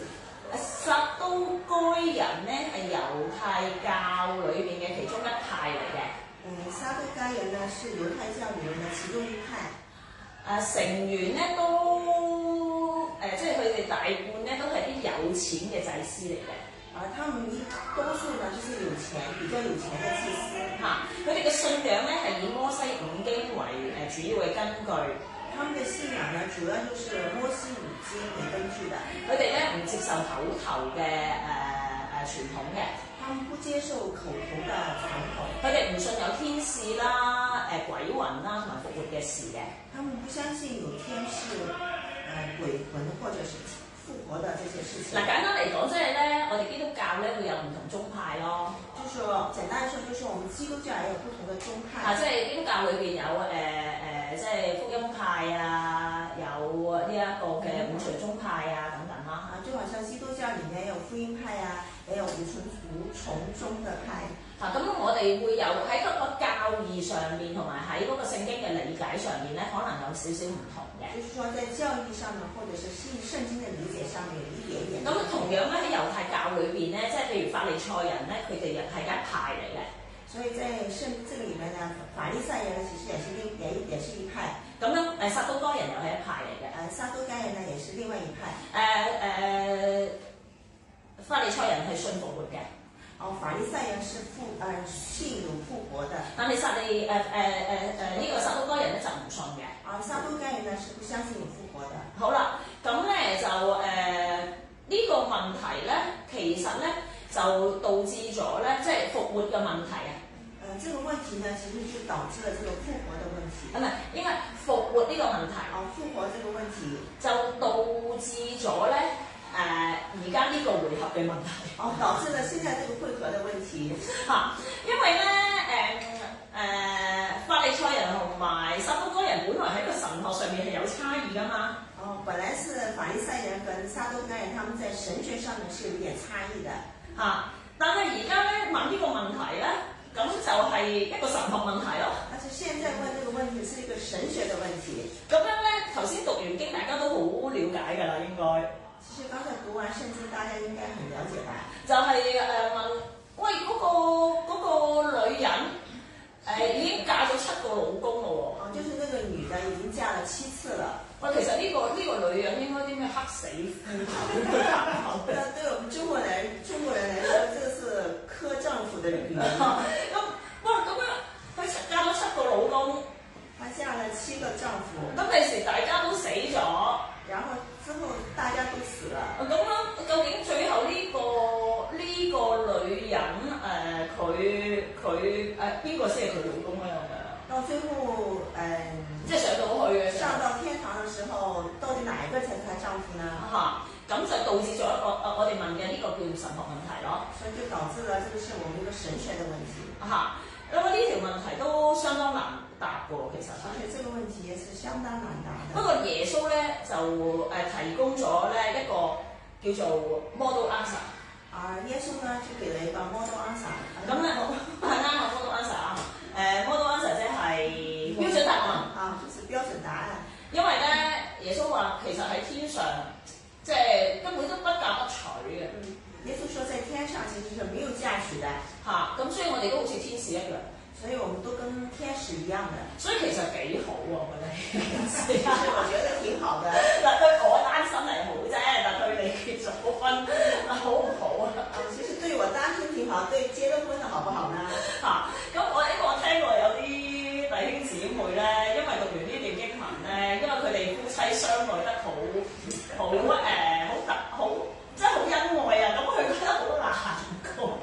Speaker 1: 撒都該人咧係猶太教裏邊嘅其中一派嚟嘅。
Speaker 2: 嗯，撒都该人呢是犹太教里面的其中一派，
Speaker 1: 啊成員咧都誒、即係佢哋大半咧都係啲有錢嘅祭司嚟嘅
Speaker 2: 而他们一多数呢就是有钱，比较有钱的祭司，
Speaker 1: 嚇。佢哋嘅信仰咧係以摩西五經為誒、主要嘅根據，
Speaker 2: 他们的信仰呢主要就是摩西五经为根据的。
Speaker 1: 佢哋咧唔接受口頭嘅誒誒呃傳統嘅，
Speaker 2: 他们不接受口头的传统，
Speaker 1: 佢哋唔信有天使啦、誒、呃鬼魂啦同埋復活嘅事嘅。
Speaker 2: 他们不相信有天是呃鬼魂或者是复活的这些事情
Speaker 1: 嗱、。簡單嚟講，即係咧我哋基督教咧會有唔同宗派咯。
Speaker 2: 就是说，简单来说就是我们基督教也有不同的宗
Speaker 1: 啊，
Speaker 2: 派，
Speaker 1: 即係基督教裏邊有誒誒、呃即係福音派啊，有呢一個嘅五旬宗派啊等等啦。
Speaker 2: 啊，就好像基督教里面有福音派啊，也有无从无从宗的派。
Speaker 1: 嚇、啊咁我哋會有喺嗰個教義上面同埋喺嗰個聖經嘅理解上面咧，可能有少少唔同嘅。
Speaker 2: 就是说，在教义上呢，或者是信圣经的理解上面，有一点点
Speaker 1: 咁同樣咧喺猶太教裏邊咧，即係譬如法利賽人咧，佢哋又係一派嚟嘅。
Speaker 2: 所以在圣这个里面呢，法利赛人呢其实也是另也也是一派，
Speaker 1: 咁樣誒撒都該人又係一派嚟嘅。
Speaker 2: 呃，撒都该人呢也是另外一派。
Speaker 1: 誒、誒、呃法利賽人係信復活嘅，
Speaker 2: 哦，法利赛人是复呃信主复活的，
Speaker 1: 但係撒利誒誒誒呃誒呢個撒都該人咧就唔信嘅。
Speaker 2: 而撒都该人呢是不相信有复活的。
Speaker 1: 好啦，咁咧就誒呢、個問題咧，其實咧就導致咗咧，即係復活嘅問題啊，
Speaker 2: 呃，这个问题呢，其实就导致了这个复活的问题
Speaker 1: 啊。唔係應該復活呢個問題
Speaker 2: 啊，复活这个问题，
Speaker 1: 就導致咗咧誒而家呢個回合嘅問題
Speaker 2: 哦，导致了现在这个混合的问题。
Speaker 1: 嚇、因為咧誒誒呃法利賽人同埋撒都該人本來喺個神學上面係有差異噶嘛，
Speaker 2: 哦，本来是法利赛人跟撒都该人他们在神学上面是有点差异的，
Speaker 1: 嚇、但係而家咧問呢個問題咧，咁就係一個神學問題咯。
Speaker 2: 但是现在问这个问题是一个神学的问题。
Speaker 1: 咁樣咧，頭先讀完經，大家都好了解㗎啦，應該
Speaker 2: 其实刚才读完圣经，大家应该很了解吧？
Speaker 1: 就係、誒、問，喂嗰、個嗰個女人誒、已經嫁咗七個老公咯
Speaker 2: 哦，就是那个女的已经嫁了七次了。
Speaker 1: 喎，喂，其實呢、個呢、個女人應該啲咩黑死夫頭黑頭
Speaker 2: 那对我们中国人中国人来说，这个是磕丈夫的女人，
Speaker 1: 咁哇咁樣佢嫁咗七個老公，
Speaker 2: 她嫁了七个丈夫，
Speaker 1: 咁第時大家都死咗，咁
Speaker 2: 然后之后大家都死了。
Speaker 1: 樣究竟最後呢、個呢、個女人誒佢佢誒邊個先係佢老公咧咁樣？
Speaker 2: 到最后，嗯，
Speaker 1: 即係上到去嘅時候
Speaker 2: 上到天堂的时候，到底哪一个才是她丈夫呢？
Speaker 1: 嚇，咁就導致咗一個誒我哋問嘅呢個叫神學問題咯
Speaker 2: 所以就导致了这个是我们一个神学的问题。
Speaker 1: 嚇。因為呢條問題都相當難答嘅喎，其實
Speaker 2: 而且这个问题也是相当难答
Speaker 1: 不
Speaker 2: 的。
Speaker 1: 過耶穌咧就誒、提供咗咧一個叫做 model answer，
Speaker 2: 而耶稣呢，就给了一个 model answer。
Speaker 1: 咁咧係啱啊 model answer 啊，誒、model answer 即係標準答案，
Speaker 2: 啊，就是标准答案。
Speaker 1: 因為咧耶穌話其實喺天上即係根本都不嫁不娶嘅
Speaker 2: 耶稣说，在天上其实是没有嫁娶的，
Speaker 1: 嚇，咁、所以我哋都好似天使一樣。
Speaker 2: 所以我们都跟天使一样的。
Speaker 1: 所以其實幾好喎，我覺
Speaker 2: 其
Speaker 1: 得。
Speaker 2: 实 我覺得挺好的。
Speaker 1: 嗱，對我單身係好啫，但對你結咗婚好唔好啊？
Speaker 2: 啊，其實對我單身挺好，對結了婚的好不好呢？
Speaker 1: 嚇！啊 咁我因為我聽過有啲弟兄姊妹咧，因為讀完呢段經文咧，因為佢哋夫妻相愛得好好誒，好特好，即係好恩愛啊！咁佢覺得好難過。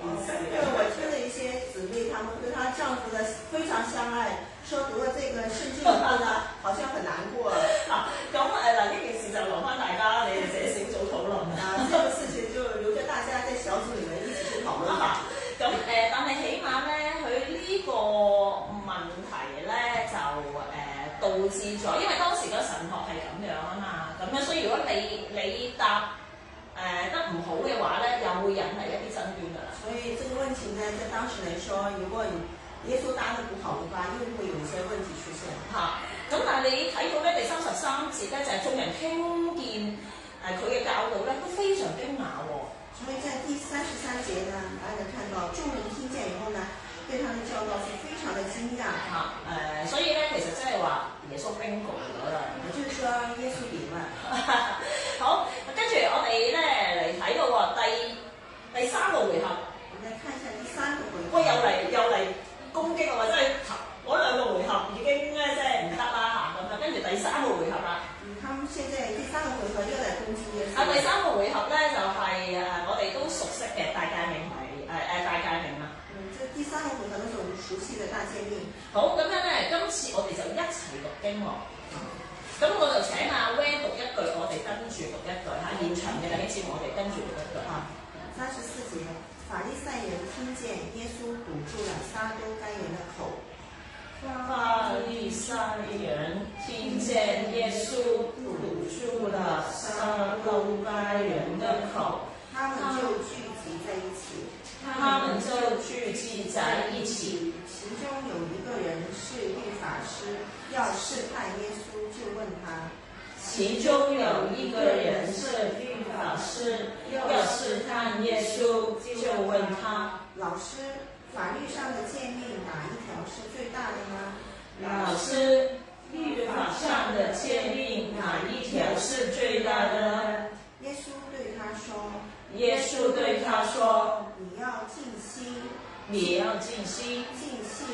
Speaker 2: 因為我聽了一些姊妹，她們跟她丈夫的非常相愛，說讀了這個聖經以後呢， 好像很难過。
Speaker 1: 嗱，啊咁誒嗱，呢件事就留翻大家你哋自己小組討論啦。
Speaker 2: 啊，這個事情就留着大家在小組裡面一起去討論吧。
Speaker 1: 啊 咁誒，但係起碼咧，佢呢個問題咧就誒、呃導致咗，因為當時個神學係咁樣啊嘛，咁樣所以如果你你答誒、得唔好嘅話咧，又會引嚟一啲爭端㗎啦。
Speaker 2: 所以這個問題呢，在當時來說，如果你耶穌答得不好的話，又會有一些問題出現。
Speaker 1: 嚇、咁但係你睇到咧第三十三節咧，就係、眾人聽見誒佢嘅教導咧，都非常驚訝喎、
Speaker 2: 所以在第三十三节呢，大家看到众人听见以后呢，对他的教导是非常的惊讶。
Speaker 1: 嚇、誒，所以咧其實即係話耶穌 bingo 咗啦。
Speaker 2: 也就是说，耶稣比问，
Speaker 1: 好，跟住我哋咧嚟睇到喎，第第三個回合，
Speaker 2: 我们再看一下第三个回合。
Speaker 1: 喂，又嚟又嚟攻擊我，真係嗰兩個回合已經咧即係唔得啦嚇，咁就跟住第三個回合啦。
Speaker 2: 嗯，他们现在第三个回合又来攻击耶稣。
Speaker 1: 啊，第三個回合咧就係、誒、我哋都熟悉嘅大界命係誒誒大界命啦。
Speaker 2: 嗯，这第三个回合都是我们熟悉的大诫命。
Speaker 1: 好，咁樣咧，今次我哋就一齊讀經喎。咁我就請阿 Van 讀一句，我哋跟住讀一句嚇，現場嘅弟兄姊妹我哋跟住讀一句嚇。
Speaker 2: 啊，三十四节，法利赛人听听见耶稣堵住了撒都该人的口，
Speaker 1: 法利赛人听见耶稣堵住了撒都该人的口，
Speaker 2: 他们就聚集在一起。
Speaker 1: 他们就聚集在一起。
Speaker 2: 其中有一个人是律法师，要试探耶稣，就问他
Speaker 1: 其中有一个人是律法师，要试探耶稣，就问他：“
Speaker 2: 老师，法律上的诫命哪一条是最大的嗯呢？”
Speaker 1: 老师，律法上的诫命哪一条是最大的呢
Speaker 2: 耶稣对他说？”
Speaker 1: 耶稣对他说：“：“
Speaker 2: 你要尽心、
Speaker 1: 你要尽心、
Speaker 2: 尽性、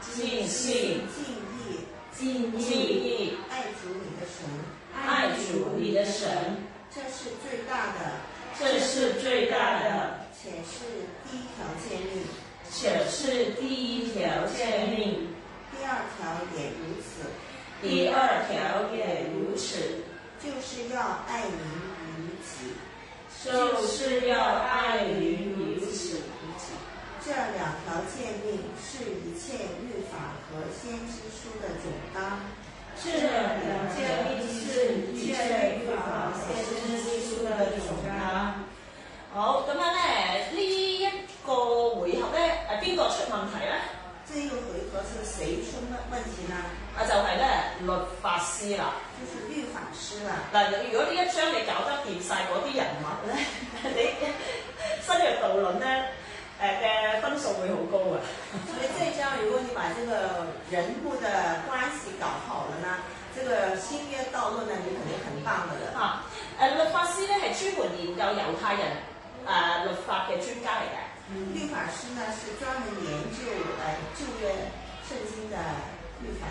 Speaker 1: 尽性、
Speaker 2: 尽意
Speaker 1: 尽意
Speaker 2: 爱主你的神，
Speaker 1: 爱主你的神，
Speaker 2: 这是最大的，
Speaker 1: 这是最大的，
Speaker 2: 且是第一条诫命。
Speaker 1: 且是第一条诫命，
Speaker 2: 第二条也如此，
Speaker 1: 第二条也如此，
Speaker 2: 就是要爱邻如己。
Speaker 1: 就是要爱邻如此。”
Speaker 2: 这两条诫命是一切律法和先知书的总纲。
Speaker 1: 这两诫命是一切律法先知书嘅總
Speaker 3: 啊
Speaker 1: 綱。好，咁樣咧，呢一個回合咧，誒邊個出問題咧？
Speaker 2: 这一回合是谁出问问题呢？
Speaker 1: 啊，就係、咧律法師啦。
Speaker 2: 就是律法师了。
Speaker 1: 嗱，如果呢一章你搞得掂晒嗰啲人物咧， 你新約道論咧誒嘅分數會好高啊嘅。
Speaker 2: 所以这一章，如果你把这个人物的关系搞好了呢，这个新约道路呢，你肯定很棒的了。
Speaker 1: 啊，誒律法師咧係專門研究猶太人誒、律法嘅專家嚟嘅。
Speaker 2: 律法师呢是专门研究呃旧约圣经的律法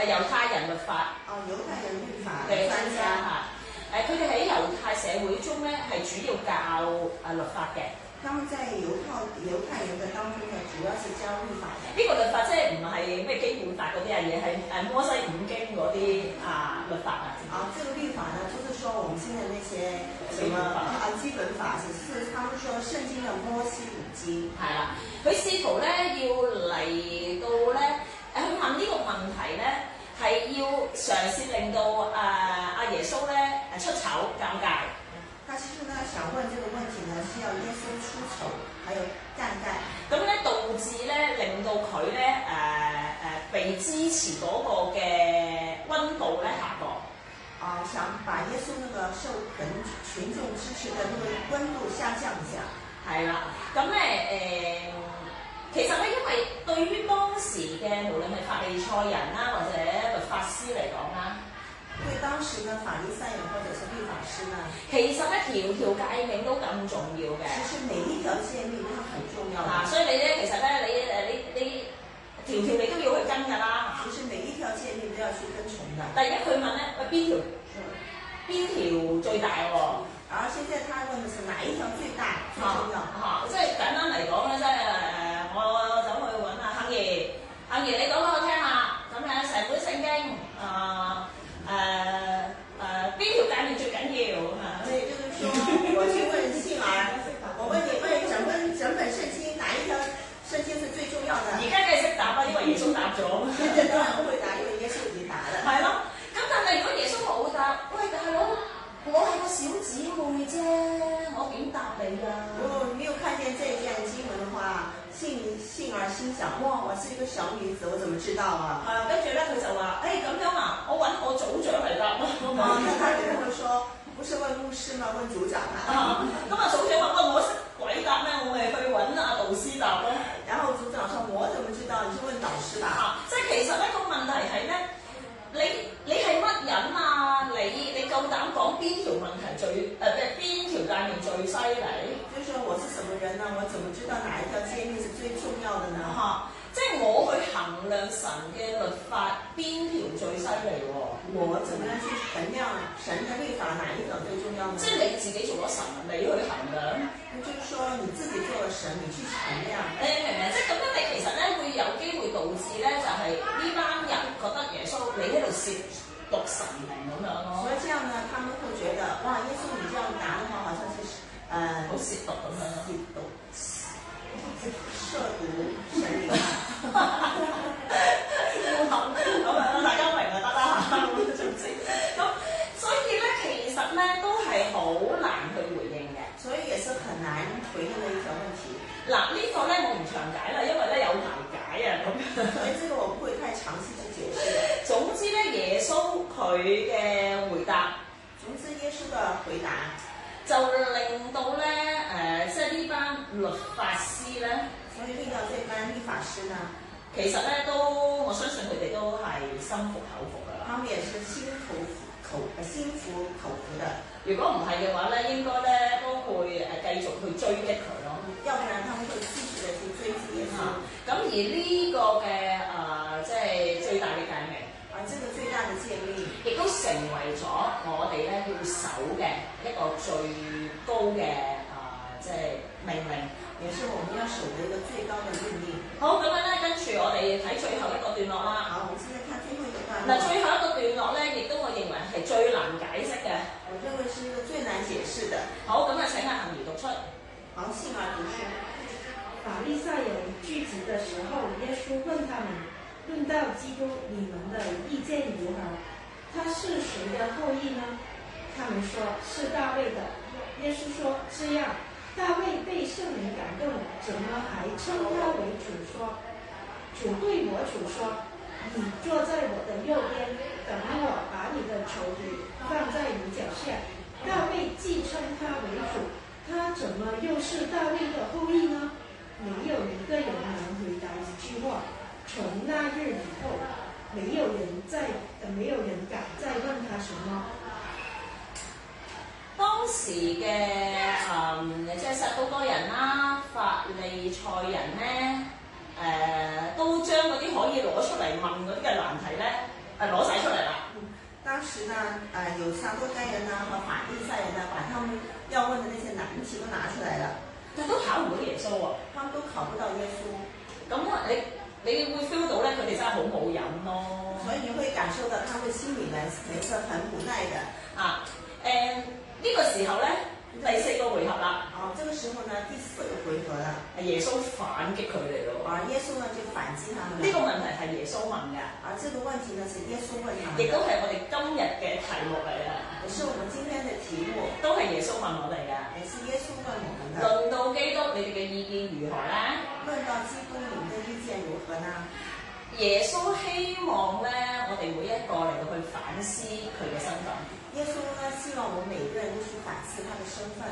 Speaker 1: 誒猶呃太人律法
Speaker 2: 哦，猶太人律法
Speaker 1: 嘅
Speaker 2: 的
Speaker 1: 專
Speaker 2: 专
Speaker 1: 家
Speaker 2: 家。
Speaker 1: 嚇。誒，佢哋喺猶太社會中咧，係主要教誒律法嘅。
Speaker 2: 他们在犹太犹太人的当中呢，主要是教律法的。
Speaker 1: 呢、個律法即係唔係咩基本法嗰啲啊，嘢係誒摩西五經嗰啲啊律法啊。
Speaker 2: 啊，这个律法呢，就是说我们现在那些什么啊基本法，只是他们说圣经的摩西五经。
Speaker 1: 係啦，佢試圖咧要嚟到咧，誒佢問呢個問題咧，係要嘗試令到誒阿、耶穌咧誒出醜尷尬。
Speaker 2: 他其实呢，想问这个问題呢，是要耶穌出醜，還有尷尬，
Speaker 1: 咁咧導致咧令到佢咧誒誒被支持嗰個嘅温度咧下降。
Speaker 2: 啊、想把耶穌那個受群群眾支持的那個温度下降一下。
Speaker 1: 係啦，咁咧誒，其實咧，因為對於當時嘅無論係法利賽人啦，或者律法師嚟講啦，
Speaker 2: 對當時的法利賽人或者是律法師呢，
Speaker 1: 其實咧條條界命都咁重要嘅
Speaker 2: 其，實每一條诫命都很重要
Speaker 1: 啊，
Speaker 2: 的。
Speaker 1: 所以你咧其實咧你誒你你條條你都要去跟㗎啦。
Speaker 2: 其實每一條诫命都要去跟從的。
Speaker 1: 第一佢問咧，喂邊條邊條最大喎、
Speaker 2: 而現在他問的是哪一條最大、最
Speaker 1: 嚇
Speaker 2: 重要？
Speaker 1: 嚇，即係簡單嚟講咧，即係誒我走去揾阿亨爺，亨爺你講俾我聽下，咁咧成本聖經啊誒誒邊條界面最緊要咁啊？
Speaker 2: 所以就是說，我去問信來，我問你問整本整本聖經哪一條聖經是最重要的？
Speaker 1: 而家梗係識答啦，因為耶穌答咗。
Speaker 2: 當然不會答，因為耶穌已經答了。
Speaker 1: 係咯，咁但係如果耶穌冇答，喂大佬，我係個小姊妹啫，我點答你
Speaker 2: 如
Speaker 1: 啊？
Speaker 2: 果沒有看見這一段經文的話，信信而心想：哇，我是一個小女子，我怎麼知道啊？
Speaker 1: 係啊，跟住咧佢就話：誒、咁樣啊，我揾我組長嚟答啦。
Speaker 2: 哦，那他可能會說，不是問牧師嗎？問組長啊。
Speaker 1: 啊咁啊，組長話：喂，我識鬼答咩？我咪去揾阿導師答咯。
Speaker 2: 然後組長說，我怎麼知道？你去問導師吧。
Speaker 1: 啊，即係其實咧個問題係咧，你你係乜人啊？你你夠膽講邊條問題最誒邊條界面最犀利？
Speaker 2: 就說我是什麼人呢？我怎麼知道哪一條誡命是最重要的呢？
Speaker 1: 嚇、啊即係我去衡量神嘅律法邊條最犀利喎？
Speaker 2: 我怎么样去衡量神的律法哪一条最重要呢？
Speaker 1: 即係你自己做咗神，你去衡量，
Speaker 2: 就是说你自己做了神，你去衡量。
Speaker 1: 你明唔明？啊即係咁樣，你其實咧會有機會導致咧就係呢班人覺得耶穌你喺度涉讀神靈咁樣咯
Speaker 2: 所。以这样呢，他们会觉得哇，耶稣你这样答的话，好像是呃
Speaker 1: 好涉毒咁樣咯。
Speaker 2: 亵渎涉毒神灵。
Speaker 1: 咁啊，大家明啊得啦，總之咁，所以咧其實咧都係好難去回應嘅。
Speaker 2: 所以也是很难回应的一条问题。
Speaker 1: 嗱，呢個咧我唔詳解啦，因為咧有排解啊咁樣。
Speaker 2: 所以这个我不会太详细去解释。
Speaker 1: 總之咧，耶穌佢嘅回答
Speaker 2: 总之，耶稣的回答
Speaker 1: 就令到咧誒、呃即係呢班律法師咧，
Speaker 2: 所以令到这班律法师呢，
Speaker 1: 其實咧都我相信佢哋都係心服口服噶啦。
Speaker 2: 他们也是心服口呃心服口服的，
Speaker 1: 如果唔係嘅話咧，應該咧都會呃誒繼續去追擊佢咯。
Speaker 2: 要不然他们会继续的去追击耶稣。
Speaker 1: 咁而呢個嘅誒、呃即係最大嘅誡命，
Speaker 2: 而这个最大的诫命，
Speaker 1: 亦都成為咗我哋咧要守嘅一個最高嘅誒、呃即係命令。
Speaker 2: 也是我们要守的一个最高的命令。
Speaker 1: 好，咁樣咧，跟住我哋睇最後一個段落啦。
Speaker 2: 好，我们现在看最后一个段
Speaker 1: 嗱，
Speaker 2: 落，
Speaker 1: 最後一個段落咧，亦都我認為係最難解釋嘅。
Speaker 2: 我认为是一个最難解釋的。啊
Speaker 1: 好，咁啊，請阿杏兒讀出。
Speaker 2: 好，信而不信。
Speaker 3: 法利赛人聚集的时候，耶稣问他们：“论到基督，你们的意见如何？他是谁的后裔呢？”他们说：“是大卫的。”耶稣说：“这样，大卫被圣灵感动，怎么还称他为主说？主对我主说：‘你坐在我的右边，等我把你的仇敌放在你脚下。’大卫既称他为主，他怎么又是大卫的后裔呢？”没有一个人能回答一句话。从那日以后，没有人再呃没有人敢再问他什么。
Speaker 1: 當時嘅嗯，即係撒都該人啦、法利賽人咧，誒、都將嗰啲可以攞出嚟問嗰啲嘅難題咧，誒攞晒出嚟啦。
Speaker 2: 当时呢，呃，有撒多该人呢和法利赛人呢，把他们要问的那些难题都拿出来了，
Speaker 1: 但都考唔到耶穌喎、
Speaker 2: 他们都考不到耶稣，
Speaker 1: 咁啊你你會 feel 到咧，佢哋真係好冇癮咯。
Speaker 2: 所以你会感受到他们心里面也是很无奈的。
Speaker 1: 啊，誒、呢、個時候咧，第四個回合啦，
Speaker 2: 啊，这个时候呢，第四个回合了，
Speaker 1: 耶穌反擊佢哋咯。
Speaker 2: 啊，耶稣呢就反击他们
Speaker 1: 呢個問
Speaker 2: 了。
Speaker 1: 題係耶穌問嘅，
Speaker 2: 啊，这个问题呢是耶稣问他
Speaker 1: 亦
Speaker 2: 们
Speaker 1: 都係
Speaker 2: 的，
Speaker 1: 我哋今日嘅題目嚟嘅，
Speaker 2: 也是我们今天的题目，
Speaker 1: 都係耶穌問我哋嘅。
Speaker 2: 也是耶稣问我们的。
Speaker 1: 論到基督，你哋嘅意見如何咧？
Speaker 2: 论到基督，你们的意见如何呢？
Speaker 1: 耶穌希望咧，我哋每一個嚟到去反思佢嘅身份。
Speaker 2: 耶稣呢希望我们每个人都去反思他的身份。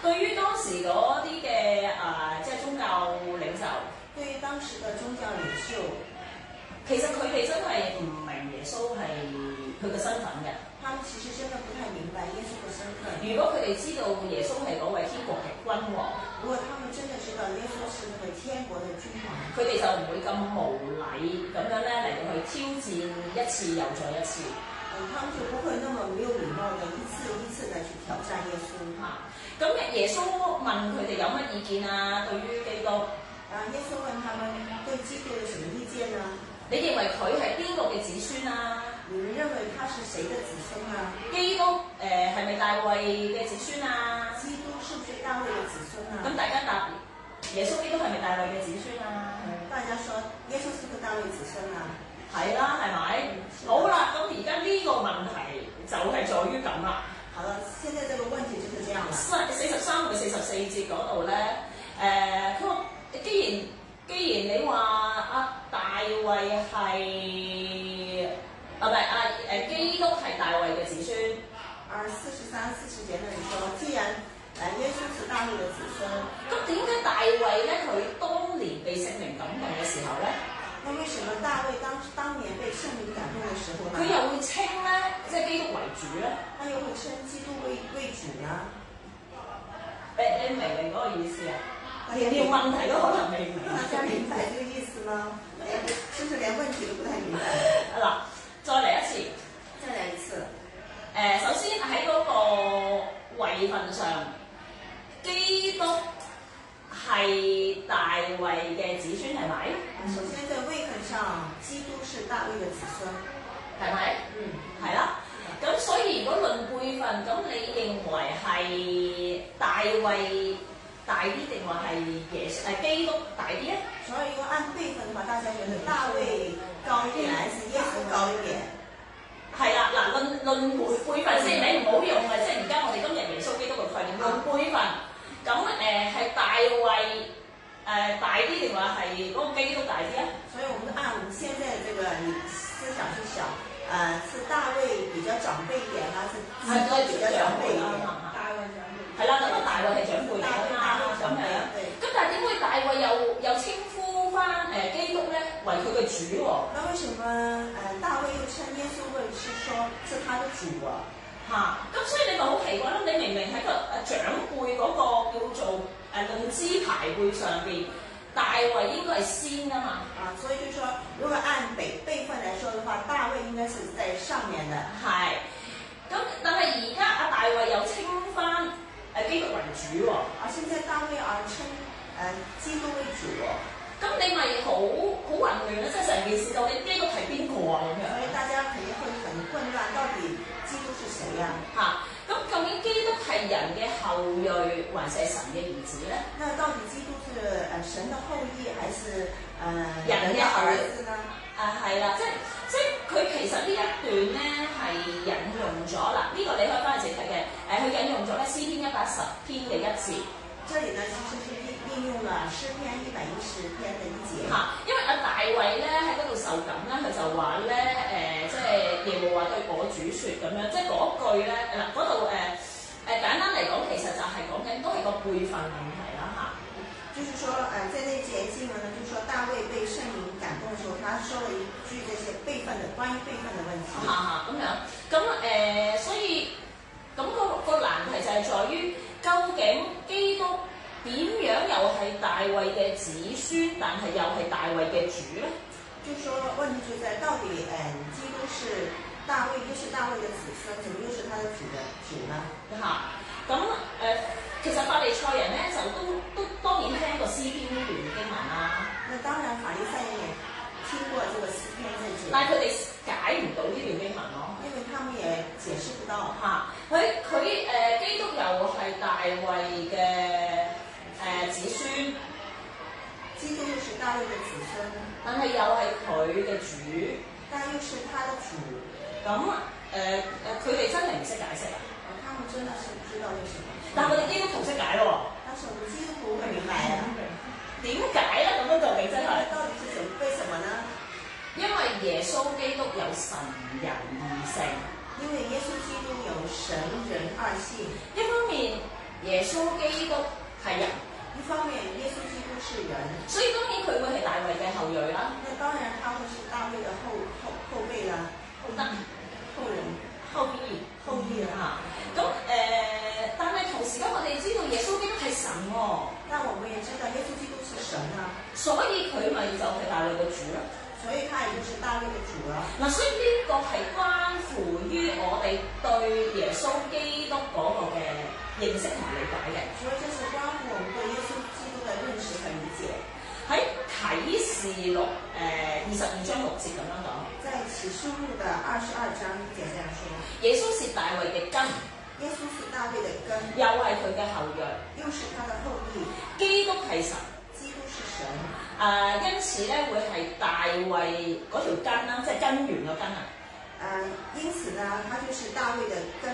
Speaker 1: 對於當時嗰啲嘅誒，即係宗教領袖，
Speaker 2: 对于当时的宗教领袖。
Speaker 1: 其實佢哋真係唔明耶穌係佢嘅身份嘅。
Speaker 2: 他们其实真的不太明白耶稣的身份。
Speaker 1: 如果佢哋知道耶穌係嗰位天國嘅君王，
Speaker 2: 如果他们真的知道耶稣是那个天国的君王，
Speaker 1: 佢哋就唔會咁無禮咁樣咧嚟到去挑戰一次又再一次。
Speaker 2: 嗯，他们就不会那么没有礼貌的一次一次的去挑战耶稣。
Speaker 1: 啊咁耶穌問佢哋有乜意見啊？對於基督，
Speaker 2: 然后耶稣问他们对基督有什么意见呢？
Speaker 1: 你認為佢係邊個嘅子孫啊？
Speaker 2: 你们认为他是谁的子孙啊呢？
Speaker 1: 基督誒係咪大衛嘅子孫啊？
Speaker 2: 基督是不是大卫的子孙啊
Speaker 1: 咁
Speaker 2: 呢？
Speaker 1: 大家答耶穌基督係咪大衛嘅子孫啊？
Speaker 2: 大家说耶稣是不是大卫子孙啊呢？
Speaker 1: 係啦，係咪？好啦，咁而家呢個問題就係在於咁啦。
Speaker 2: 好了，现在这个问题就是这样了。
Speaker 1: 四十三到四十四節嗰度咧，誒、佢話既然既然你話阿大衛係啊唔係啊誒基督係大衛嘅子孫，
Speaker 2: 而四十三、四十节那里说，既然呃耶稣是大卫的子孙，
Speaker 1: 咁點解大衛咧佢當年被聖靈感動嘅時候咧，
Speaker 2: 那为什么大卫当当年被圣灵感动的时候
Speaker 1: 佢
Speaker 2: 呢？
Speaker 1: 又會稱咧即係基督為主咧？
Speaker 2: 他又会称基督为为主呢？
Speaker 1: 你你明唔明嗰個意思啊？
Speaker 2: 大家
Speaker 1: 連條問題都可能未明。
Speaker 2: 大家明白这个意思吗？连是不是连问题都不太明白？
Speaker 1: 嗱，再嚟一次。
Speaker 2: 再来一次。
Speaker 1: 誒、首先喺嗰個位份上，基督係大衛嘅子孫係咪？
Speaker 2: 首先在位份上，基督是大卫的子孙。
Speaker 1: 係咪？
Speaker 2: 嗯，
Speaker 1: 係啦。咁所以如果論輩份，咁你認為係大衛大啲定話係耶穌誒基督大啲咧？
Speaker 2: 所以要按辈分的话，大家觉得大卫高一点还是耶稣高一点？
Speaker 1: 係啦，嗱論論輩輩分先，你唔好用啊！即係而家我哋今日耶穌基督嘅概念，論輩分。咁誒係大衛誒、大啲定話係嗰個基督大啲咧？
Speaker 2: 所以我们按我们现在这个思想去想，呃，是大卫比较长辈一点，还是基督比较长辈一
Speaker 1: ờ,
Speaker 2: 点？
Speaker 1: 大衛長輩。係啦，咁啊大衛係長輩嚟
Speaker 2: 大
Speaker 1: 㗎
Speaker 2: 卫大
Speaker 1: 嘛，
Speaker 2: 卫
Speaker 1: 咁
Speaker 2: 长辈
Speaker 1: 係啊。
Speaker 2: 对。
Speaker 1: 咁但係點解大衛又又稱呼翻誒基督咧為佢嘅主喎、
Speaker 2: 那为什么呃大卫又称耶稣为是说是他的主啊？
Speaker 1: 嚇！咁所以你咪好奇怪咯，你明明喺個誒長輩嗰個叫做誒論資排輩上邊，大衛應該係先噶嘛，
Speaker 2: 啊，所以就说，如果按辈辈分来说的话，大卫应该是在上面的。
Speaker 1: 係。咁但係而家阿大衛又稱翻誒基督為主喎、
Speaker 2: 而现在大卫啊称呃基督为主，
Speaker 1: 咁你咪好好混亂啊啦，即係成件事究竟基督係邊個啊咁
Speaker 2: 所以
Speaker 1: 樣
Speaker 2: 大家肯定会很混乱，到底基督是谁呀、
Speaker 1: 嚇？咁究竟基督係人嘅後裔，還是係神嘅兒子咧？
Speaker 2: 那到底基督是呃神的后裔还是呃
Speaker 1: 人的
Speaker 2: 的
Speaker 1: 儿
Speaker 2: 儿子呢？
Speaker 1: 啊，係啦，即係即係佢其實呢一段咧係引用咗啦，呢、個你可以翻去自己睇嘅。誒、佢引用咗咧詩篇一百十篇嘅一節
Speaker 2: 这里呢其实是应应用了诗篇一百一十篇的一节
Speaker 1: 嚇、。因為阿大衛咧喺嗰度受感咧，佢就話咧誒，即係耶和華對我主説咁樣，即係嗰句咧嗱嗰度誒誒簡單嚟講，其實就係講緊都係個輩份問題啦嚇。
Speaker 2: 就是说，呃，在那节经文呢，就说大卫被圣灵感动的时候，他说了一句这些辈分的关于辈分的问题。
Speaker 1: 嚇嚇啊咁樣，咁誒、所以咁、個個難題就係在於，究竟基督點樣又係大衛嘅子孫，但係又係大衛嘅主咧？
Speaker 2: 就说问题就在到底，嗯、基督是大卫，又是大卫的子孙，怎么又是他的主的主呢？
Speaker 1: 嚇，咁誒、其實法利賽人咧就都都當然聽過詩篇呢段經文啦，
Speaker 2: 那当然，法利赛人也听过这个诗篇这节，
Speaker 1: 但係佢哋解唔到呢段經文咯。
Speaker 2: 因为他们也解释不到。
Speaker 1: 嚇，佢佢誒基督又係大衛嘅誒子孫，
Speaker 2: 基督又是大卫的子孙，
Speaker 1: 但係又係佢嘅主。
Speaker 2: 但又是他的主，
Speaker 1: 咁誒誒，呃佢哋真係唔識解釋啊！
Speaker 2: 呃他们真的是不知道为什么。
Speaker 1: 但係我哋基督徒識解喎，
Speaker 2: 但是我们基督徒很明白呀，
Speaker 1: 點解咧？咁樣就你真
Speaker 2: 这个
Speaker 1: 係，
Speaker 2: 到底是怎么为什么呢？
Speaker 1: 因為耶穌基督有神人二性。
Speaker 2: 因为耶稣基督有神人二性，
Speaker 1: 一方面，耶穌基督係人，
Speaker 2: 一方面耶稣基督是人，
Speaker 1: 所以當然佢會係大衛嘅後裔啦。
Speaker 2: 那当然他会是大卫的后后后辈啦，
Speaker 1: 好得
Speaker 2: 后人。
Speaker 1: 後裔，
Speaker 2: 後裔
Speaker 1: 啊！咁誒、呃但係同時間我哋知道耶穌基督係神喎、
Speaker 2: 但我们也知道耶稣基督是神啊，
Speaker 1: 所以佢咪就係大衛嘅主咯。
Speaker 2: 所以他也就是大卫的主啊。
Speaker 1: 嗱，所以呢個係關乎於我哋對耶穌基督嗰個嘅認識同埋理解嘅。
Speaker 2: 所以这是关乎我们对耶稣基督的认识和理解。
Speaker 1: 喺啟示錄誒呃二十二章六節咁樣講，
Speaker 2: 在启示录的二十二章一节这样说：
Speaker 1: 耶穌是大衛嘅根，
Speaker 2: 耶稣是大卫的根，
Speaker 1: 又係佢嘅後裔，
Speaker 2: 又是他的后裔，
Speaker 1: 基督係神。
Speaker 2: 基督是神，
Speaker 1: 誒、因此咧會係大衛嗰條根啦，即係根源個根啊。
Speaker 2: 呃，因此呢，他就是大卫的根，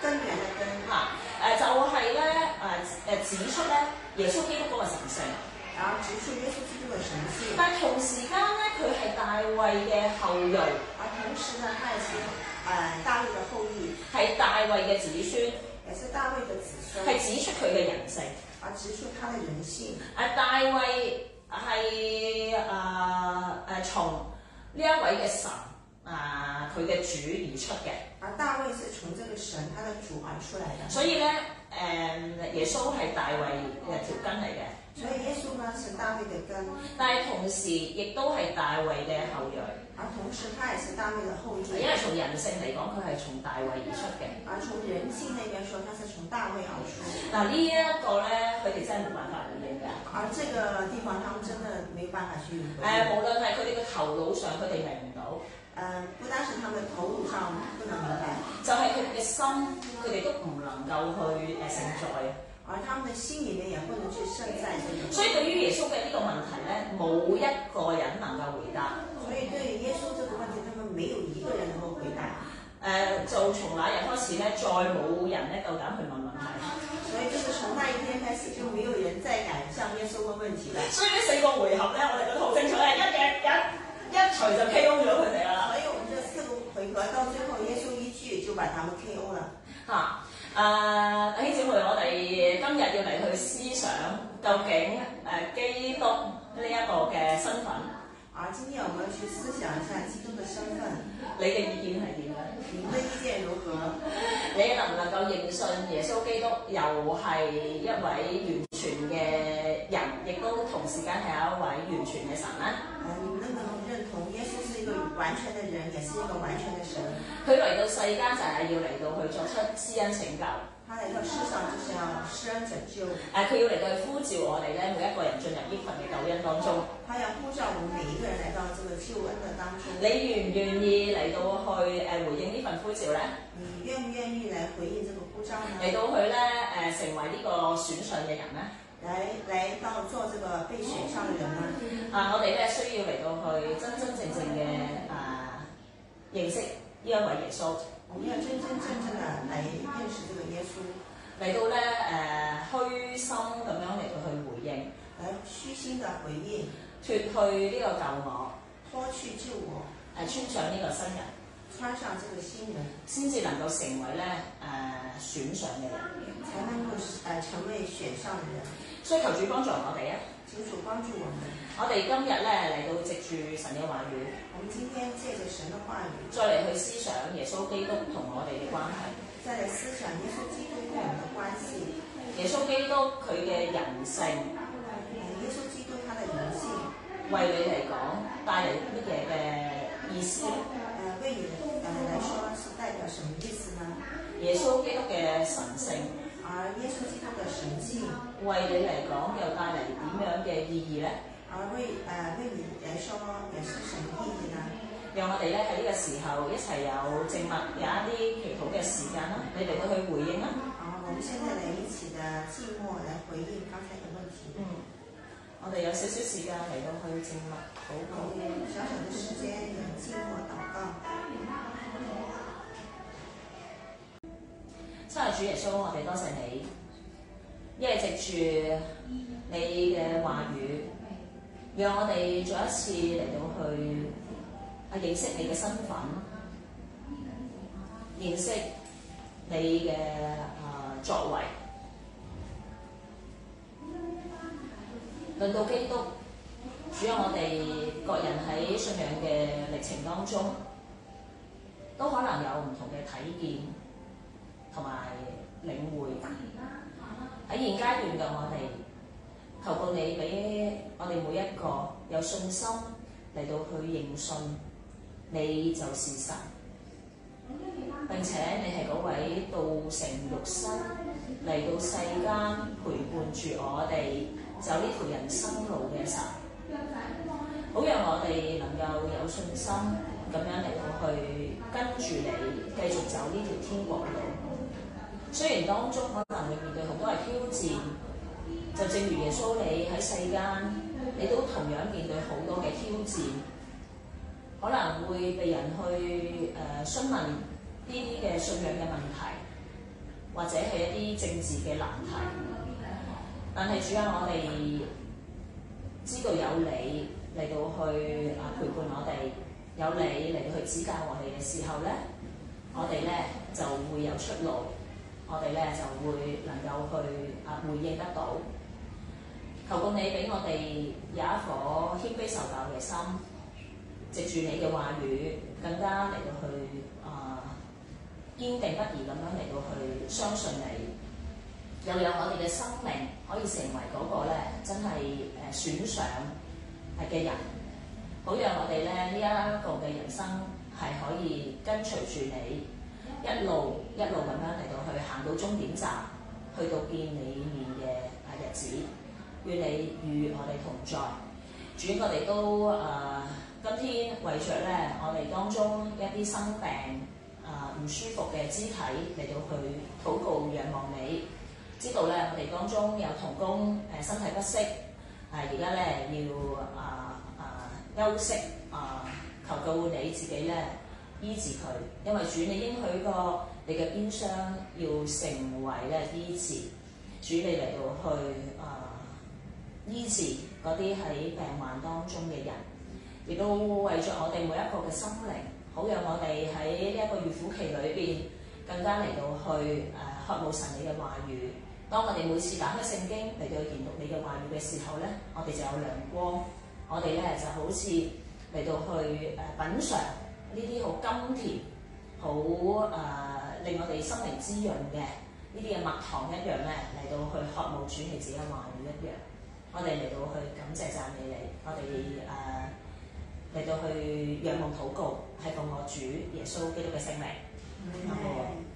Speaker 2: 根源的根。
Speaker 1: 嚇、誒就係咧誒誒指出咧耶穌基督嗰個神性，
Speaker 2: 然后直述耶稣基督的神性，
Speaker 1: 但係同時間咧佢係大衛嘅後裔，
Speaker 2: 而同时呢，他也是呃大卫的后裔，
Speaker 1: 係大衛嘅子孫。
Speaker 2: 也是大卫的子孙，
Speaker 1: 係指出佢嘅人性。
Speaker 2: 而直述他的人性。
Speaker 1: 啊，大衛係啊誒從呢一位嘅神啊佢嘅主而出嘅，
Speaker 2: 而大卫是从这个神他的主而出来的，
Speaker 1: 所以咧誒、耶穌係大衛嘅條根嚟嘅，
Speaker 2: 所以耶稣呢是大卫的根，
Speaker 1: 但係同時亦都係大衛嘅後裔，
Speaker 2: 而同時他也是大卫的后裔
Speaker 1: 因。為從人性嚟講，佢係從大衛而出嘅。
Speaker 2: 而从人性那边说，他是从大卫而出，
Speaker 1: 嗱、呢一個咧，佢哋真係冇辦法理解嘅。
Speaker 2: 而这个地方他们真的没辦法去理
Speaker 1: 誒、
Speaker 2: 解。
Speaker 1: 無論係佢哋嘅頭腦上，佢哋明唔到，
Speaker 2: 呃，不单是他们头脑上不能明白，
Speaker 1: 呃就係佢哋嘅心，佢哋都唔能夠去誒承載。
Speaker 2: 而他们的心里面也不能去胜在这个。
Speaker 1: 所以對於耶穌嘅呢個問題咧，冇一個人能夠回答。
Speaker 2: 所以对于耶稣这个问题，他们没有一个人能够回答。
Speaker 1: 誒、呃就從那日開始咧，再冇人咧夠膽去問問題。
Speaker 2: 所以就是从那一天开始，就没有人再敢向耶稣问问题了。
Speaker 1: 所以呢四個回合咧，我哋覺得好清楚咧，一嘢一一錘就 K.O. 咗佢哋㗎啦。
Speaker 2: 所以我们这四个回合到最后，耶稣一句就把他们 KO 了。
Speaker 1: 嚇！誒弟兄姊妹，我哋今日要嚟去思想究竟誒、呃基督呢一個嘅身份，
Speaker 2: 而今天我们去思想一下基督的身份，
Speaker 1: 你嘅意見係點樣？
Speaker 2: 您的意见如何？
Speaker 1: 你能唔能夠認信耶穌基督又係一位完全嘅人，亦都同時間係一位完全嘅神呢？
Speaker 2: 呃，你们能不能认同耶稣是一个完全的人，也是一个完全的神？
Speaker 1: 佢嚟到世間就係要嚟到去作出私恩拯救，誒、
Speaker 2: 他来到世上就是要施恩拯救，
Speaker 1: 佢要嚟到去呼召我哋咧，每一個人進入呢份嘅救恩當中。
Speaker 2: 他要呼召我们每一个人来到这个救恩的当中。
Speaker 1: 你願唔願意嚟到去誒、回應呢份呼召呢？
Speaker 2: 你愿不愿意来回应这个呼召呢？
Speaker 1: 嚟到佢咧誒成為呢個選上嘅人咧，
Speaker 2: 来来到做这个被选上的人呢？
Speaker 1: 啊，我哋咧需要嚟到去真真正正嘅啊認識呢一位耶穌，
Speaker 2: 我们要真真正正的来认识这个耶稣，
Speaker 1: 嚟到咧誒虛心咁樣嚟到去回應，
Speaker 2: 来虚心的回应，
Speaker 1: 脱去呢個舊我，
Speaker 2: 脱去自我，
Speaker 1: 誒、穿上呢個新人，
Speaker 2: 穿上这个新人，
Speaker 1: 先至能夠成為咧誒、選上嘅人。
Speaker 2: 才能够呃成为选上的人。
Speaker 1: 所以求主幫助我哋啊！
Speaker 2: 求主帮助我们。
Speaker 1: 我哋今日咧嚟到藉住神嘅話語，
Speaker 2: 我们今天借着神的话语，
Speaker 1: 再嚟去思想耶穌基督同我哋嘅關係。
Speaker 2: 再来思想耶稣基督跟我们的关系。
Speaker 1: 耶穌基督佢嘅人性。
Speaker 2: 呃，耶稣基督他的人性，
Speaker 1: 為你嚟講帶嚟乜嘢嘅意思？
Speaker 2: 呃，为你呃来说是代表什么意思呢？
Speaker 1: 耶穌基督嘅神性
Speaker 2: 而耶稣基督的神性，
Speaker 1: 為你嚟講又帶嚟點樣嘅意義呢？
Speaker 2: 而为呃为你来说也是什么意义呢？
Speaker 1: 讓我哋咧喺呢個時候一齊有靜默，有一啲祈禱嘅時間啦，你哋都去回應啦。
Speaker 2: 啊，我们现在来一起的静默来回应刚才的问题。
Speaker 1: 嗯，我哋有少少時間嚟到去靜默禱
Speaker 2: 我
Speaker 1: 告。
Speaker 2: 们小小的时间也静默祷告。
Speaker 1: 親愛主耶穌，我哋多謝你，因為藉住你嘅話語，讓我哋再一次嚟到去啊認識你嘅身份，認識你嘅啊作為。論到基督，主啊，我哋各人喺信仰嘅歷程當中，都可能有唔同嘅體見。同埋領會。喺現階段嘅我哋，求告你俾我哋每一個有信心嚟到去認信你就是神，並且你係嗰位道成肉身嚟到世間陪伴住我哋走呢條人生路嘅神。好讓我哋能夠有信心咁樣嚟到去跟住你，繼續走呢條天國路。雖然當中可能會面對好多嘅挑戰，就正如耶穌你喺世間，你都同樣面對好多嘅挑戰，可能會被人去誒、呃詢問呢啲嘅信仰嘅問題，或者係一啲政治嘅難題。但係主啊，我哋知道有你嚟到去啊陪伴我哋，有你嚟到去指教我哋嘅時候咧，我哋咧就會有出路，我哋咧就會能夠去啊回應得到。求告你俾我哋有一顆謙卑受教嘅心，藉住你嘅話語，更加嚟到去啊堅定不移咁樣嚟到去相信你。又讓我哋嘅生命可以成為嗰個咧，真係誒選上嘅人，好讓我哋咧呢一個嘅人生係可以跟隨住你一路一路咁樣嚟到去行到終點站，去到見你面嘅啊日子，願你與我哋同在。主，我哋都誒、呃今天為着咧我哋當中一啲生病啊唔、舒服嘅肢體嚟到去禱告仰望你。知道咧，我哋當中有童工誒、身體不適，誒而家咧要啊啊、休息啊、求告你自己咧醫治佢，因為主你應許過你嘅鞭傷要成為咧醫治，主你嚟到去啊、醫治嗰啲喺病患當中嘅人，亦都為着我哋每一個嘅心靈，好讓我哋喺呢一個預苦期裏邊更加嚟到去誒、渴慕神你嘅話語。當我哋每次打開聖經嚟到研讀你嘅話語嘅時候咧，我哋就有亮光，我哋咧就好似嚟到去誒、品嚐呢啲好甘甜、好誒、令我哋心靈滋潤嘅呢啲嘅蜜糖一樣咧，嚟到去渴慕主你自己嘅話語一樣。我哋嚟到去感謝讚美你，我哋誒嚟到去仰望禱告，係奉我主耶穌基督嘅聖名。
Speaker 3: 嗯